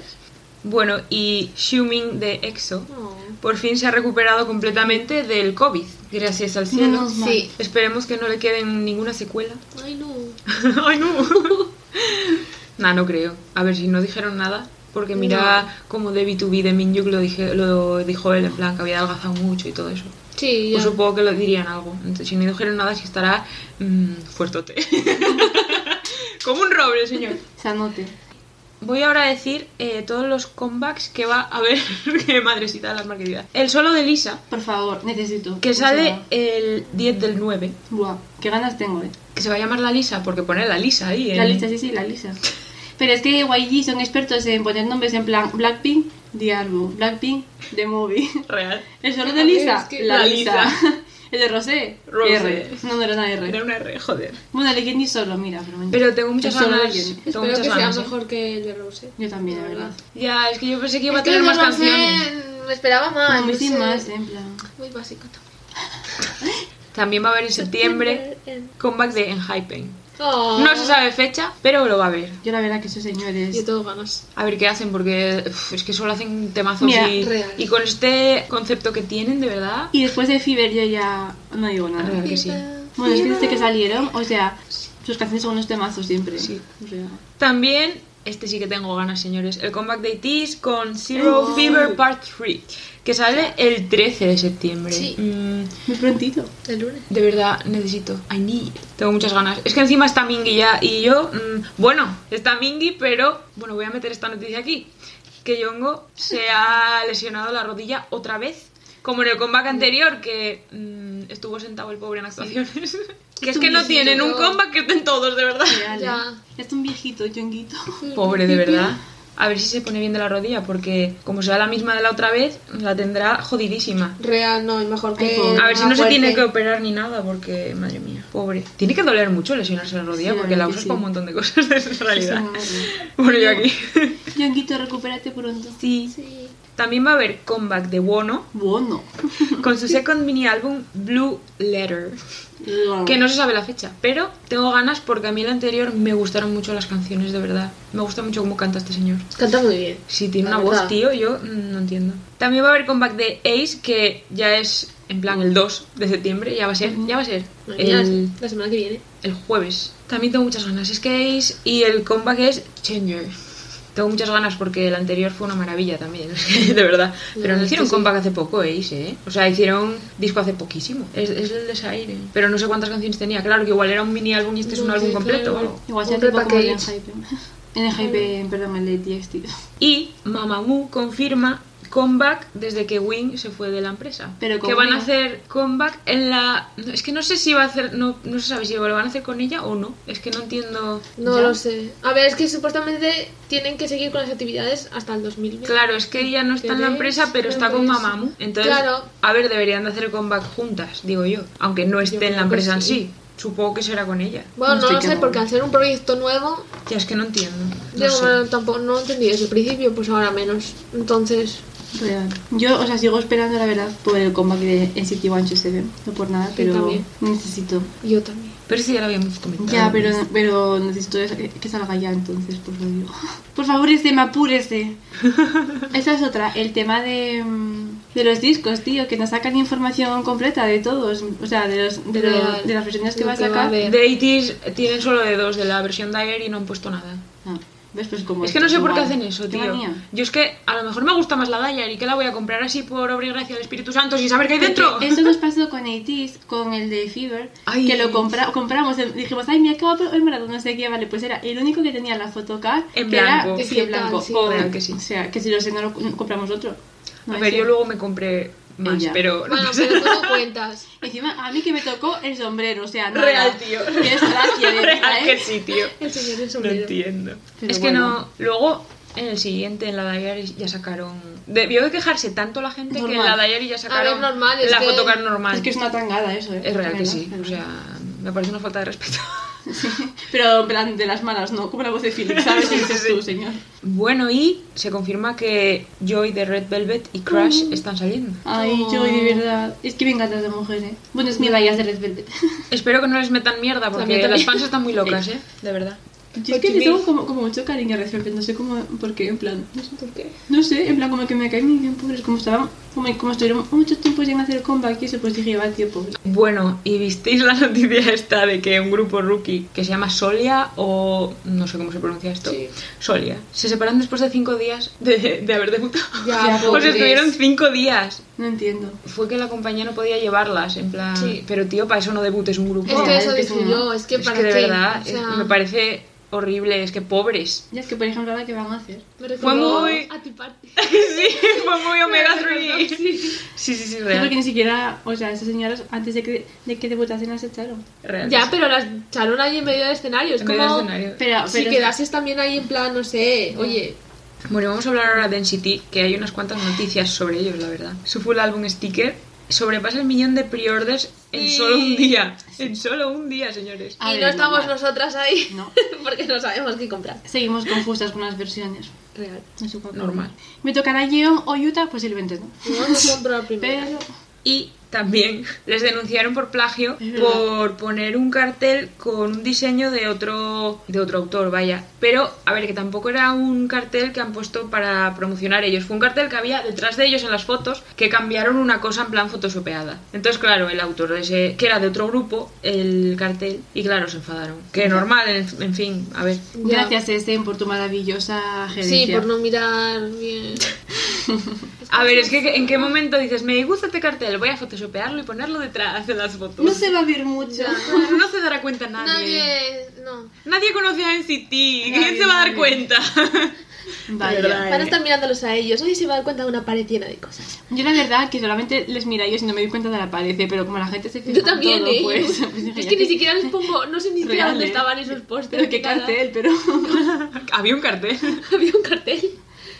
Speaker 1: Bueno, y Xiuming de EXO
Speaker 3: No.
Speaker 1: por fin se ha recuperado completamente del COVID. Gracias al cielo.
Speaker 2: Menos mal.
Speaker 3: Sí.
Speaker 1: Esperemos que no le queden ninguna secuela.
Speaker 3: Ay, no.
Speaker 1: Ay, no. nah, no creo. A ver si no dijeron nada. Porque mira como de B2B de Minjuk lo, dije, lo dijo él, en plan que había adelgazado mucho y todo eso.
Speaker 3: Sí,
Speaker 1: Pues
Speaker 3: ya.
Speaker 1: supongo que lo dirían algo. Entonces, si no dijeron nada, sí estará mm, fuertote. como un roble, señor.
Speaker 2: Sanote.
Speaker 1: Voy ahora a decir eh, todos los comebacks que va a haber. Qué madresita las marquetidas. El solo de Lisa,
Speaker 2: Por favor, necesito.
Speaker 1: que
Speaker 2: O sea,
Speaker 1: sale el 10 del 9.
Speaker 2: Buah, qué ganas tengo, eh.
Speaker 1: Que se va a llamar la Lisa, porque pone la Lisa ahí.
Speaker 2: La
Speaker 1: en-
Speaker 2: lisa, sí, sí, la lisa. Pero es que YG son expertos en poner nombres en plan Blackpink, The Album, Blackpink, The Movie.
Speaker 1: Real.
Speaker 2: El solo
Speaker 3: A
Speaker 2: de
Speaker 3: ver,
Speaker 2: Lisa,
Speaker 3: es que-
Speaker 2: la,
Speaker 1: La
Speaker 2: lisa.
Speaker 1: Lisa.
Speaker 2: El de Rosé,
Speaker 1: Rosé.
Speaker 2: R. No, no era una R.
Speaker 1: Era una R, joder.
Speaker 2: Bueno, el ni solo, mira, pero bueno.
Speaker 1: Pero tengo muchas
Speaker 2: El solo
Speaker 1: ganas.
Speaker 2: de Jenny.
Speaker 1: Tengo
Speaker 3: Espero
Speaker 1: muchas
Speaker 3: que sea
Speaker 1: ganas, ¿eh?
Speaker 3: mejor que el de Rose.
Speaker 2: Yo también, la
Speaker 3: La
Speaker 2: verdad.
Speaker 3: verdad.
Speaker 1: Ya, es que yo pensé que iba
Speaker 3: Es
Speaker 1: a
Speaker 3: que
Speaker 1: tener más
Speaker 3: el de Rosé
Speaker 1: canciones.
Speaker 3: Me esperaba más.
Speaker 2: No, me
Speaker 3: no
Speaker 2: hice
Speaker 3: sé.
Speaker 2: Pues más, en plan.
Speaker 3: Muy básico también.
Speaker 1: También va a haber en septiembre
Speaker 3: en-
Speaker 1: comeback de Enhypen.
Speaker 3: Oh.
Speaker 1: No se sabe fecha, pero lo va a haber.
Speaker 2: Yo la verdad que esos
Speaker 3: Yo
Speaker 2: señores.
Speaker 3: tengo ganas.
Speaker 1: A ver qué hacen, porque uf, es que solo hacen temazos
Speaker 2: Mira,
Speaker 1: y,
Speaker 3: real.
Speaker 1: y con este concepto que tienen, de verdad.
Speaker 2: Y después de Fever yo ya no digo nada.
Speaker 1: Real que sí.
Speaker 2: Bueno, es que desde que salieron, o sea, sus canciones son unos temazos siempre.
Speaker 1: Sí.
Speaker 2: O sea,
Speaker 1: También, este sí que tengo ganas, señores, el comeback de IT's con Zero
Speaker 3: Oh.
Speaker 1: Fever Part 3, que sale el 13 de septiembre.
Speaker 3: Sí.
Speaker 1: Mm,
Speaker 2: muy prontito.
Speaker 3: El lunes.
Speaker 1: De verdad, necesito. I need. it. Tengo muchas ganas. Es que encima está Mingy ya y yo. mm, bueno, está Mingy, pero. Bueno, voy a meter esta noticia aquí. Que Yongo se ha lesionado la rodilla otra vez. Como en el comeback anterior, que mm, estuvo sentado el pobre en actuaciones. que es que no
Speaker 3: Sí, sí,
Speaker 1: tienen un
Speaker 3: yo-
Speaker 1: comeback que estén todos, de verdad.
Speaker 2: Real.
Speaker 3: Ya.
Speaker 2: ¿eh? Es un viejito, chonguito.
Speaker 1: Pobre, de verdad. A ver si se pone bien de la rodilla, porque como sea la misma de la otra vez, la tendrá jodidísima.
Speaker 3: Real, no, es mejor
Speaker 2: Ay,
Speaker 3: que.
Speaker 2: pobre.
Speaker 1: A ver si no
Speaker 3: fuerte.
Speaker 1: se tiene que operar ni nada, porque, madre mía, pobre. Tiene que doler mucho lesionarse la rodilla,
Speaker 2: Sí, la
Speaker 1: porque la
Speaker 2: verdad que
Speaker 1: usas
Speaker 2: sí.
Speaker 1: para un montón de cosas en realidad. Bueno,
Speaker 2: Sí.
Speaker 1: yo aquí.
Speaker 2: Yonguito, recupérate pronto.
Speaker 1: Sí.
Speaker 3: Sí.
Speaker 1: También va a haber comeback de Wono
Speaker 2: Bueno.
Speaker 1: con su second mini álbum Blue Letter, que no se sabe la fecha, pero tengo ganas porque a mí el anterior me gustaron mucho las canciones, de verdad. Me gusta mucho cómo canta este señor.
Speaker 3: Canta muy bien.
Speaker 1: Si tiene
Speaker 3: La
Speaker 1: una voz,
Speaker 3: verdad.
Speaker 1: tío, yo mm, no entiendo. También va a haber comeback de Ace, que ya es en plan el 2 de septiembre, ya va a ser, ya va a ser.
Speaker 3: Mañana,
Speaker 1: El-
Speaker 3: La semana que viene.
Speaker 1: el jueves. También tengo muchas ganas. Es que Ace y el comeback es Changer. Tengo muchas ganas porque el anterior fue una maravilla también, de verdad. Pero no
Speaker 3: es
Speaker 1: hicieron
Speaker 3: que sí.
Speaker 1: comeback hace poco, Ace, ¿eh? O sea, hicieron disco hace poquísimo. Es, es el desaire. Pero no sé cuántas canciones tenía. Claro que igual era un mini álbum y este es
Speaker 3: No
Speaker 1: un
Speaker 3: sé,
Speaker 1: álbum completo.
Speaker 3: claro.
Speaker 1: o algo.
Speaker 2: Igual
Speaker 3: Un
Speaker 2: sea tipo como el de
Speaker 3: repackage.
Speaker 2: E Hype. En el Hype, perdón, el de TXT.
Speaker 1: Y Mamamoo confirma comeback desde que Wing se fue de la empresa.
Speaker 2: Pero con
Speaker 1: que van a
Speaker 2: Wing.
Speaker 1: hacer comeback en la... Es que no sé si va a hacer... No, no se sabe si lo van a hacer con ella o no. Es que no entiendo...
Speaker 3: No
Speaker 2: Ya.
Speaker 3: lo sé. A ver, es que supuestamente tienen que seguir con las actividades hasta el 2020.
Speaker 1: Claro, es que ella no está en la empresa, pero está con Mamamoo. Entonces,
Speaker 3: Claro.
Speaker 1: a ver, deberían de hacer comeback juntas, digo yo. Aunque no esté en la
Speaker 3: creo que
Speaker 1: empresa en
Speaker 3: sí.
Speaker 1: sí. Supongo que será con ella.
Speaker 3: Bueno,
Speaker 2: No
Speaker 3: no, lo
Speaker 2: estoy
Speaker 3: sé,
Speaker 2: clara.
Speaker 3: porque al ser un proyecto nuevo,
Speaker 1: Ya es que no entiendo. No
Speaker 3: yo
Speaker 1: sé.
Speaker 3: no- tampoco no entendí desde el principio, pues ahora menos. Entonces,
Speaker 2: Real. Yo, o sea, sigo esperando, la verdad, por el comeback de NCT 127. No por nada, pero
Speaker 3: también.
Speaker 2: necesito.
Speaker 3: yo también.
Speaker 1: Pero sí, ya lo habíamos comentado.
Speaker 2: Ya, pero, pero necesito es- que salga ya, entonces, pues lo digo. Por favor, este, me apúrese. Esa es otra, el tema de, mm, de los discos, tío, que nos sacan información completa de todos. O sea, de, los, de, los-
Speaker 3: Real.
Speaker 2: de las versiones que
Speaker 3: Lo
Speaker 2: va a
Speaker 3: que va a
Speaker 2: sacar.
Speaker 3: haber.
Speaker 1: De 80 tienen solo de dos de la versión Diary y no han puesto nada.
Speaker 2: Ah, ¿Ves? Pues como
Speaker 1: Es que no sé por qué
Speaker 2: igual.
Speaker 1: hacen eso,
Speaker 2: Qué
Speaker 1: tío.
Speaker 2: manía.
Speaker 1: Yo es que a lo mejor me gusta más la Diary, que la voy a comprar así por obra y gracia del Espíritu Santo sin saber qué hay dentro.
Speaker 2: Porque Eso nos pasó con ATs, con el de Fever,
Speaker 1: Ay.
Speaker 2: que lo compra- compramos, eh, dijimos, ay, mira, qué guapo el maratón, no sé qué, vale, pues era el único que tenía la fotocard,
Speaker 1: En
Speaker 2: que era-
Speaker 1: blanco.
Speaker 2: sí, en blanco,
Speaker 3: Digital, sí.
Speaker 1: Joder, que sí.
Speaker 2: o sea, que si lo sé, no lo no compramos otro. No
Speaker 1: Pues, A ver,
Speaker 2: es
Speaker 1: yo
Speaker 2: cierto.
Speaker 1: luego me compré más,
Speaker 2: Ella.
Speaker 1: pero no
Speaker 3: Bueno,
Speaker 1: pasa
Speaker 3: pero tú no cuentas.
Speaker 2: Encima, a mí que me tocó el sombrero, o sea, nada.
Speaker 1: Real,
Speaker 3: pues-
Speaker 1: tío.
Speaker 2: Qué desgracia de vida,
Speaker 1: Real
Speaker 2: ¿eh?
Speaker 1: que sí, tío.
Speaker 3: El señor en
Speaker 1: No
Speaker 3: sombrero.
Speaker 1: entiendo.
Speaker 2: Pero
Speaker 1: es que no. Luego, en el siguiente, en la Diary, ya sacaron. Debió de quejarse tanto la gente que
Speaker 2: Normal.
Speaker 1: en la Diary ya sacaron
Speaker 3: ver, normal, es
Speaker 1: la
Speaker 3: que-
Speaker 1: fotocard normal.
Speaker 2: Es que es una tangada eso, ¿eh?
Speaker 1: Es real que
Speaker 2: Pero,
Speaker 1: sí.
Speaker 2: pero-
Speaker 1: O sea, me parece una falta de respeto.
Speaker 2: Pero en plan de las malas, ¿no? Como la voz de Philip, ¿sabes?
Speaker 1: Sí,
Speaker 2: Que
Speaker 1: sí,
Speaker 2: dices
Speaker 1: sí.
Speaker 2: tú, señor.
Speaker 1: Bueno, y se confirma que Joy de Red Velvet y Crash están saliendo.
Speaker 2: Ay, yo
Speaker 1: Oh.
Speaker 2: de verdad. Es que me encantas de mujer, ¿eh? Bueno, es mi bias de Red Velvet.
Speaker 1: Espero que no les metan mierda porque
Speaker 3: También, también.
Speaker 1: las fans están muy locas, ¿eh? De verdad.
Speaker 2: Yo es que le tengo como, como mucho cariño a Red Velvet, no sé cómo, porque en plan, no sé,
Speaker 3: ¿Por qué?
Speaker 2: no sé, en plan como que me caen muy bien pobres, como estaban, como, como estuvieron mucho tiempo sin hacer comeback y eso, pues dije, va tío, pobre.
Speaker 1: Bueno, ¿y visteis la noticia esta de que un grupo rookie que se llama Solia o no sé cómo se pronuncia esto?
Speaker 3: Sí.
Speaker 1: Solia. Se separan después de cinco días de, de haber debutado.
Speaker 3: Ya,
Speaker 2: Ya,
Speaker 1: O sea,
Speaker 3: pobres.
Speaker 1: pues, estuvieron cinco días.
Speaker 2: No entiendo.
Speaker 1: Fue que la compañía no podía llevarlas, en plan...
Speaker 3: Sí.
Speaker 1: Pero tío, para eso no debutes un grupo.
Speaker 3: Es
Speaker 2: Oh,
Speaker 3: que
Speaker 2: es
Speaker 3: eso
Speaker 2: que
Speaker 3: dije
Speaker 2: sí, ¿no?
Speaker 3: yo, es que
Speaker 1: Es
Speaker 3: para
Speaker 1: que de
Speaker 3: qué,
Speaker 1: verdad,
Speaker 3: o sea,
Speaker 1: es- me parece horrible, es que pobres.
Speaker 2: Ya es que, por ejemplo, ahora que van a hacer.
Speaker 3: me recordó
Speaker 1: muy-
Speaker 3: a ti party.
Speaker 1: sí, fue muy Omega
Speaker 3: Me recordó,
Speaker 1: 3. Sí,
Speaker 3: sí.
Speaker 1: sí, sí,
Speaker 2: Sí,
Speaker 1: real.
Speaker 2: porque ni siquiera, o sea, esas señoras antes de que, de que debutasen las echaron.
Speaker 1: real.
Speaker 3: Ya, pero las echaron ahí en medio del escenario. Es
Speaker 1: En medio del
Speaker 3: como
Speaker 1: escenario.
Speaker 2: Pero,
Speaker 3: si
Speaker 2: pero-
Speaker 3: quedases también ahí en plan, no sé, oye,
Speaker 1: Bueno, vamos a hablar ahora de NCT, que hay unas cuantas noticias sobre ellos, la verdad. Su full álbum sticker sobrepasa el millón de pre-orders en
Speaker 3: Sí.
Speaker 1: solo un día. En solo un día, señores.
Speaker 2: A
Speaker 3: y
Speaker 2: ver,
Speaker 3: no estamos
Speaker 2: normal.
Speaker 3: nosotras ahí
Speaker 2: No.
Speaker 3: porque no sabemos qué comprar.
Speaker 2: Seguimos confusas con las versiones.
Speaker 3: Real.
Speaker 2: No sé cuál.
Speaker 1: Normal.
Speaker 2: ¿Me tocará Yeon o Utah? Posiblemente no.
Speaker 3: No nos compró la primera.
Speaker 2: Pero.
Speaker 1: Y también les denunciaron por plagio
Speaker 2: Es verdad.
Speaker 1: por poner un cartel con un diseño de otro de otro autor, vaya. Pero a ver, que tampoco era un cartel que han puesto para promocionar ellos, fue un cartel que había detrás de ellos en las fotos que cambiaron una cosa en plan photoshopeada. Entonces, claro, el autor de ese que era de otro grupo, el cartel y claro, se enfadaron. Que normal, en, en fin, a ver.
Speaker 3: Ya.
Speaker 2: Gracias, Esen, por tu maravillosa gerencia.
Speaker 3: Sí, por no mirar bien.
Speaker 1: A ver, es que en qué momento dices, "Me gusta este cartel, voy a photoshopearlo y ponerlo detrás de las fotos."
Speaker 2: No se va a ver mucho.
Speaker 3: Ya.
Speaker 1: No se dará cuenta
Speaker 3: Nadie, no.
Speaker 1: Nadie conoce a NCT. ¿Quién
Speaker 2: Nadie,
Speaker 1: se va a dar
Speaker 2: nadie.
Speaker 1: cuenta?
Speaker 2: Vaya.
Speaker 1: Verdad.
Speaker 3: Van a estar mirándolos a ellos. Nadie se va a dar cuenta de una pared llena de cosas.
Speaker 2: Yo la verdad que solamente les mira yo si no me di cuenta de la pared, eh, pero como la gente se fija
Speaker 3: Yo también,
Speaker 2: en todo,
Speaker 3: ¿eh?
Speaker 2: pues,
Speaker 3: es que ni siquiera les pongo, no sé ni siquiera
Speaker 2: Real,
Speaker 3: dónde
Speaker 2: ¿eh?
Speaker 3: estaban esos pósters.
Speaker 2: Pero qué
Speaker 3: ni nada.
Speaker 2: cartel, pero...
Speaker 1: Había un cartel.
Speaker 3: Había un cartel.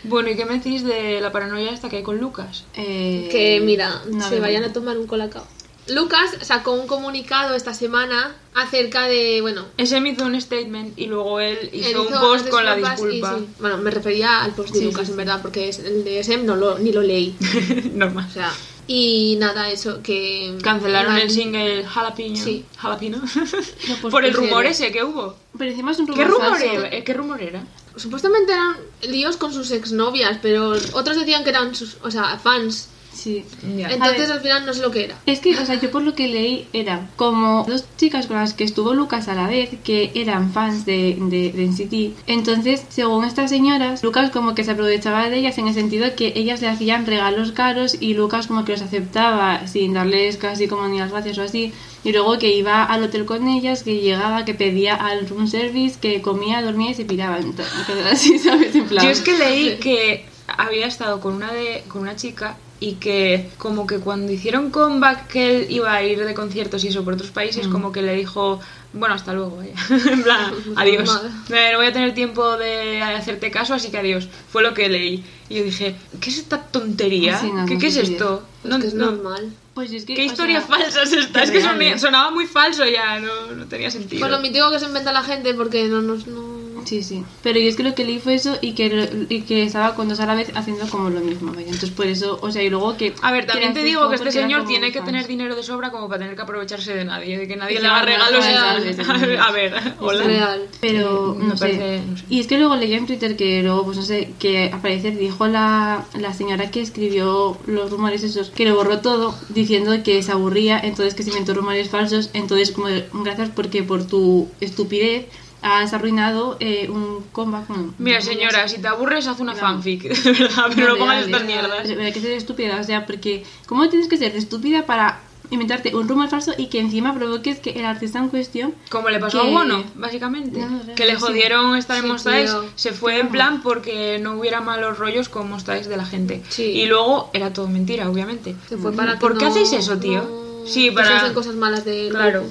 Speaker 1: Bueno, ¿y qué me decís de la paranoia esta que hay con Lucas?
Speaker 2: Eh,
Speaker 3: Que mira,
Speaker 2: no
Speaker 3: se
Speaker 2: veo.
Speaker 3: vayan a tomar un colacao. Lucas sacó un comunicado esta semana acerca de, bueno,
Speaker 1: Ese me hizo un statement y luego él hizo,
Speaker 3: él
Speaker 1: un
Speaker 3: hizo
Speaker 1: post
Speaker 3: unas
Speaker 1: con la
Speaker 3: disculpas y
Speaker 1: disculpa.
Speaker 3: sí. Bueno, me refería al post de
Speaker 2: Sí,
Speaker 3: Lucas,
Speaker 2: sí,
Speaker 3: en verdad, porque es- el de SM no lo, ni lo leí.
Speaker 1: Normal.
Speaker 3: O sea, y nada, eso, que...
Speaker 1: Cancelaron
Speaker 3: Mal-
Speaker 1: el single Jalapino.
Speaker 3: Sí.
Speaker 1: Jalapino.
Speaker 2: No, pues,
Speaker 1: Por el
Speaker 3: sí,
Speaker 1: rumor
Speaker 3: era.
Speaker 1: ese que hubo.
Speaker 2: Pero encima es un rumor
Speaker 1: ¿Qué rumor,
Speaker 2: falso.
Speaker 1: era? Eh, ¿Qué rumor era?
Speaker 3: Supuestamente eran líos con sus exnovias, pero otros decían que eran sus, o sea, fans.
Speaker 2: Sí. A
Speaker 3: Entonces
Speaker 2: ver.
Speaker 3: al final no sé lo que era.
Speaker 2: Es que, o sea, yo por lo que leí era como dos chicas con las que estuvo Lucas a la vez que eran fans de, de, de NCT. Entonces, según estas señoras, Lucas como que se aprovechaba de ellas en el sentido que ellas le hacían regalos caros y Lucas como que los aceptaba sin darles casi como ni las gracias o así. Y luego que iba al hotel con ellas, que llegaba, que pedía al room service, que comía, dormía y se piraba. Entonces, cosas así, ¿sabes? En plan...
Speaker 1: Yo es que leí que había estado con una, de, con una chica y que como que cuando hicieron comeback que él iba a ir de conciertos y eso por otros países, como que le dijo, bueno, hasta luego, vaya. en plan, adiós.
Speaker 3: normal.
Speaker 1: Eh, No voy a tener tiempo de hacerte caso, así que adiós. Fue lo que leí. Y yo dije, ¿qué es esta tontería?
Speaker 2: Sí, no,
Speaker 1: ¿Qué,
Speaker 2: no
Speaker 1: qué es
Speaker 2: sé qué
Speaker 1: esto?
Speaker 3: Es
Speaker 1: No-
Speaker 3: que es
Speaker 1: no.
Speaker 3: normal.
Speaker 2: Pues es que,
Speaker 1: ¿Qué
Speaker 2: o
Speaker 1: historia
Speaker 2: sea,
Speaker 1: falsa es esta? Es que
Speaker 2: real,
Speaker 1: sonía-
Speaker 2: ¿eh?
Speaker 1: sonaba muy falso ya, no, no tenía sentido.
Speaker 3: Pues lo mítico que se inventa la gente porque no nos... No...
Speaker 2: Sí, sí. Pero yo es que lo que leí fue eso y que, lo- y que estaba con dos a la vez haciendo como lo mismo. vaya. Entonces, por eso, o sea, y luego que.
Speaker 1: A ver, también
Speaker 2: eran
Speaker 1: te
Speaker 2: cinco
Speaker 1: digo que este
Speaker 2: porque eran
Speaker 1: señor
Speaker 2: como
Speaker 1: tiene que
Speaker 2: fans.
Speaker 1: tener dinero de sobra como para tener que aprovecharse de nadie, de que nadie
Speaker 2: Que
Speaker 1: le haga
Speaker 2: se haga
Speaker 1: regalos.
Speaker 2: regalos,
Speaker 1: A, ver, hola.
Speaker 3: Real.
Speaker 2: Pero
Speaker 1: Eh,
Speaker 2: no
Speaker 1: me
Speaker 2: sé.
Speaker 1: parece- no sé.
Speaker 2: Y es que luego leí en Twitter que luego, pues no sé, que al parecer dijo la, la señora que escribió los rumores esos, que lo borró todo diciendo que se aburría, entonces que se inventó rumores falsos, entonces como de, gracias porque por tu estupidez has arruinado eh, un comeback. bueno,
Speaker 1: Mira,
Speaker 2: un-
Speaker 1: señora, si te aburres, haz una
Speaker 2: Vamos.
Speaker 1: fanfic, de verdad, Ah, pero no
Speaker 2: Real,
Speaker 1: pongas estas
Speaker 2: real.
Speaker 1: mierdas.
Speaker 2: Pero hay que ser estúpida, o sea, porque ¿cómo tienes que ser estúpida para inventarte un rumor falso y que encima provoques que el artista en cuestión
Speaker 1: Como le pasó a
Speaker 2: Que-
Speaker 1: Bono, básicamente.
Speaker 2: No, no, real,
Speaker 1: que le
Speaker 2: sí.
Speaker 1: jodieron estar en
Speaker 3: Sí,
Speaker 1: Monstadice,
Speaker 3: tío.
Speaker 1: se fue en
Speaker 2: Vamos.
Speaker 1: plan porque no hubiera malos rollos con Monstadice de la gente.
Speaker 3: Sí.
Speaker 1: Y luego era todo mentira, obviamente. Mm.
Speaker 3: Se fue para
Speaker 1: ¿Por
Speaker 3: que
Speaker 1: qué
Speaker 3: no-
Speaker 1: hacéis eso, tío?
Speaker 3: no-
Speaker 1: Sí,
Speaker 3: que
Speaker 1: para-
Speaker 3: se hacen cosas malas de él.
Speaker 1: Claro.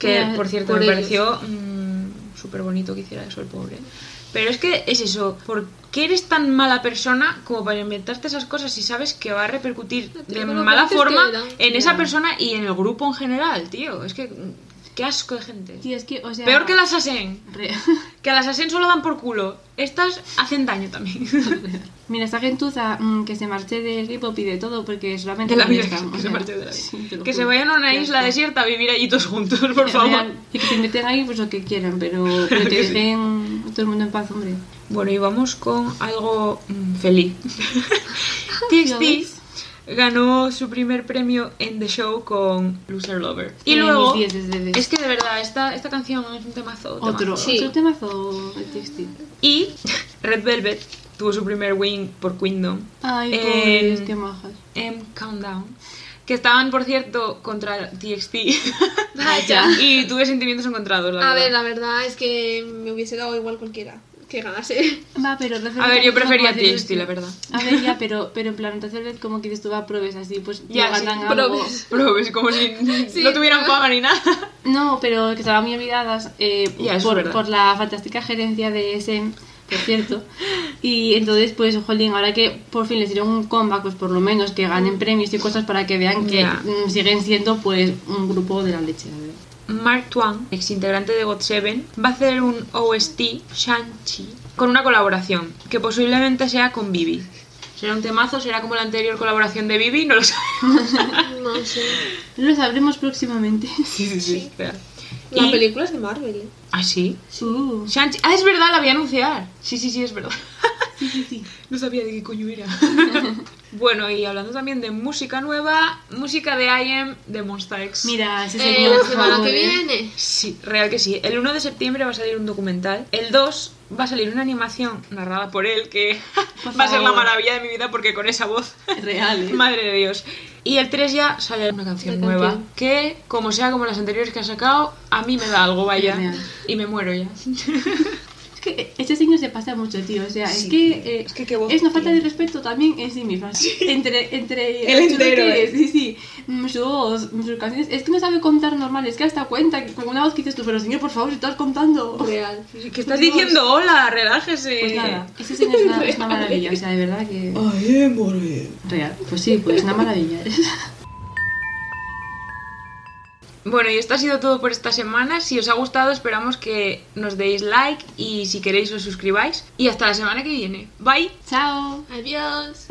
Speaker 1: Que
Speaker 2: Mira,
Speaker 1: por cierto
Speaker 3: por
Speaker 1: me
Speaker 3: ellos.
Speaker 1: pareció mm, súper bonito que hiciera eso el pobre. Pero es que es eso, ¿por qué eres tan mala persona como para inventarte esas cosas si sabes que va a repercutir
Speaker 3: No, tío,
Speaker 1: de
Speaker 3: con lo
Speaker 1: mala
Speaker 3: felices
Speaker 1: forma
Speaker 3: que eran.
Speaker 1: en esa
Speaker 2: Ya.
Speaker 1: persona y en el grupo en general, tío? Es que mm, qué asco de gente.
Speaker 2: Tío, es que, o sea...
Speaker 1: Peor que las asen,
Speaker 2: Re-
Speaker 1: que a las asen solo dan por culo. Estas hacen daño también.
Speaker 2: Mira, esa gentuza mm, que se marche del K-pop y de todo porque solamente...
Speaker 1: de la vida,
Speaker 2: molestan, o
Speaker 1: que se
Speaker 2: sea,
Speaker 1: marchen de la vida.
Speaker 2: sí, te lo
Speaker 1: que se
Speaker 2: juro.
Speaker 1: vayan a una
Speaker 2: Qué
Speaker 1: isla
Speaker 2: asco.
Speaker 1: desierta a vivir allí todos juntos, por
Speaker 2: Real.
Speaker 1: favor.
Speaker 2: Y que se meten ahí pues lo que quieran, pero, pero
Speaker 1: que
Speaker 2: que
Speaker 1: sí.
Speaker 2: dejen todo el mundo en paz, hombre.
Speaker 1: Bueno, y vamos con algo mm, feliz. TXT
Speaker 2: Feliz.
Speaker 1: ganó su primer premio en The Show con Loser Lover. Y
Speaker 2: Eh,
Speaker 1: luego,
Speaker 2: mis dieces de vez.
Speaker 1: es que de verdad, esta, esta canción es un temazo. temazo.
Speaker 2: Otro,
Speaker 3: Sí.
Speaker 2: otro temazo de TXT.
Speaker 1: Y Red Velvet tuvo su primer win por Kingdom
Speaker 2: Ay,
Speaker 1: Eh,
Speaker 2: pobres, qué majas.
Speaker 1: en Countdown. Que estaban, por cierto, contra TXT.
Speaker 3: Vaya.
Speaker 1: y tuve sentimientos encontrados, la
Speaker 3: A
Speaker 1: verdad.
Speaker 3: ver, la verdad es que me hubiese dado igual cualquiera que ganase.
Speaker 2: Va, pero Red
Speaker 1: A ver,
Speaker 2: Velvet
Speaker 1: yo
Speaker 2: también
Speaker 1: prefería
Speaker 2: como hace
Speaker 1: TXT, la verdad.
Speaker 2: A ver, ya, pero, pero en plan, Red Velvet como que dices tú, va, probes así, pues
Speaker 1: Ya,
Speaker 2: no
Speaker 1: sí,
Speaker 2: ganan algo.
Speaker 3: probes.
Speaker 1: Pero es como si
Speaker 3: Sí,
Speaker 1: no tuvieran
Speaker 3: pero-
Speaker 1: fama ni nada.
Speaker 2: No, pero que estaban muy olvidadas eh,
Speaker 1: Ya, eso es
Speaker 2: por,
Speaker 1: verdad.
Speaker 2: por la fantástica gerencia de SEM, por cierto. y entonces, pues, jolín, ahora que por fin les dieron un comeback, pues por lo menos que ganen premios y cosas para que vean que
Speaker 1: Ya.
Speaker 2: mm, siguen siendo, pues, un grupo de la leche, la verdad.
Speaker 1: Mark Twain, ex integrante de GOT7, va a hacer un OST, Shang-Chi, con una colaboración, que posiblemente sea con Bibi. ¿Será un temazo? ¿Será como la anterior colaboración de Bibi? No lo sé.
Speaker 3: No sé.
Speaker 2: Lo sabremos próximamente.
Speaker 1: Sí, sí, sí. Espera.
Speaker 3: La
Speaker 1: Y-
Speaker 3: película es de Marvel. ¿eh?
Speaker 1: ¿Ah, sí?
Speaker 2: Uh,
Speaker 1: Shang-Chi. Ah, es verdad, la voy a anunciar. Sí, sí, sí, es verdad.
Speaker 2: sí, sí, sí.
Speaker 1: No sabía de qué coño era. bueno, y hablando también de música nueva, música de I Am de Monsta X.
Speaker 2: Mira, ese
Speaker 3: Eh,
Speaker 2: señor,
Speaker 3: la
Speaker 2: por
Speaker 3: semana
Speaker 2: favor,
Speaker 3: que
Speaker 2: eh.
Speaker 3: viene.
Speaker 1: Sí, real que sí. El 1 de septiembre va a salir un documental. El 2 va a salir una animación narrada por él que
Speaker 2: Por
Speaker 1: va a ser la
Speaker 2: favor.
Speaker 1: maravilla de mi vida porque con esa voz,
Speaker 2: Real, ¿eh?
Speaker 1: madre de Dios. Y el 3 ya sale una canción
Speaker 3: Una
Speaker 1: nueva
Speaker 3: canción.
Speaker 1: que, como sea como las anteriores que ha sacado, a mí me da algo, vaya.
Speaker 2: Real.
Speaker 1: Y me muero ya.
Speaker 2: Es que este señor se pasa mucho, tío. O sea,
Speaker 1: Sí,
Speaker 2: es que, eh,
Speaker 1: es que qué voz
Speaker 2: es una falta de
Speaker 1: tiene.
Speaker 2: respeto también en sí misma. Entre, entre
Speaker 1: El
Speaker 2: Chulo
Speaker 1: entero,
Speaker 2: Pérez,
Speaker 1: eh.
Speaker 2: sí, sí. Mm, Su voz, sus canciones. Es que no sabe contar normal. Es que hasta cuenta que con una voz que dices tú, pero señor, por favor, si estás contando.
Speaker 3: Real.
Speaker 1: ¿Qué estás
Speaker 2: Dios.
Speaker 1: diciendo? Hola, relájese.
Speaker 2: Pues nada,
Speaker 1: Eh,
Speaker 2: este señor es una, es una maravilla. O sea, de verdad que. Real. Pues sí, pues una maravilla.
Speaker 1: Bueno, y esto ha sido todo por esta semana. Si os ha gustado, esperamos que nos deis like y si queréis os suscribáis. Y hasta la semana que viene. Bye.
Speaker 2: Chao.
Speaker 3: Adiós.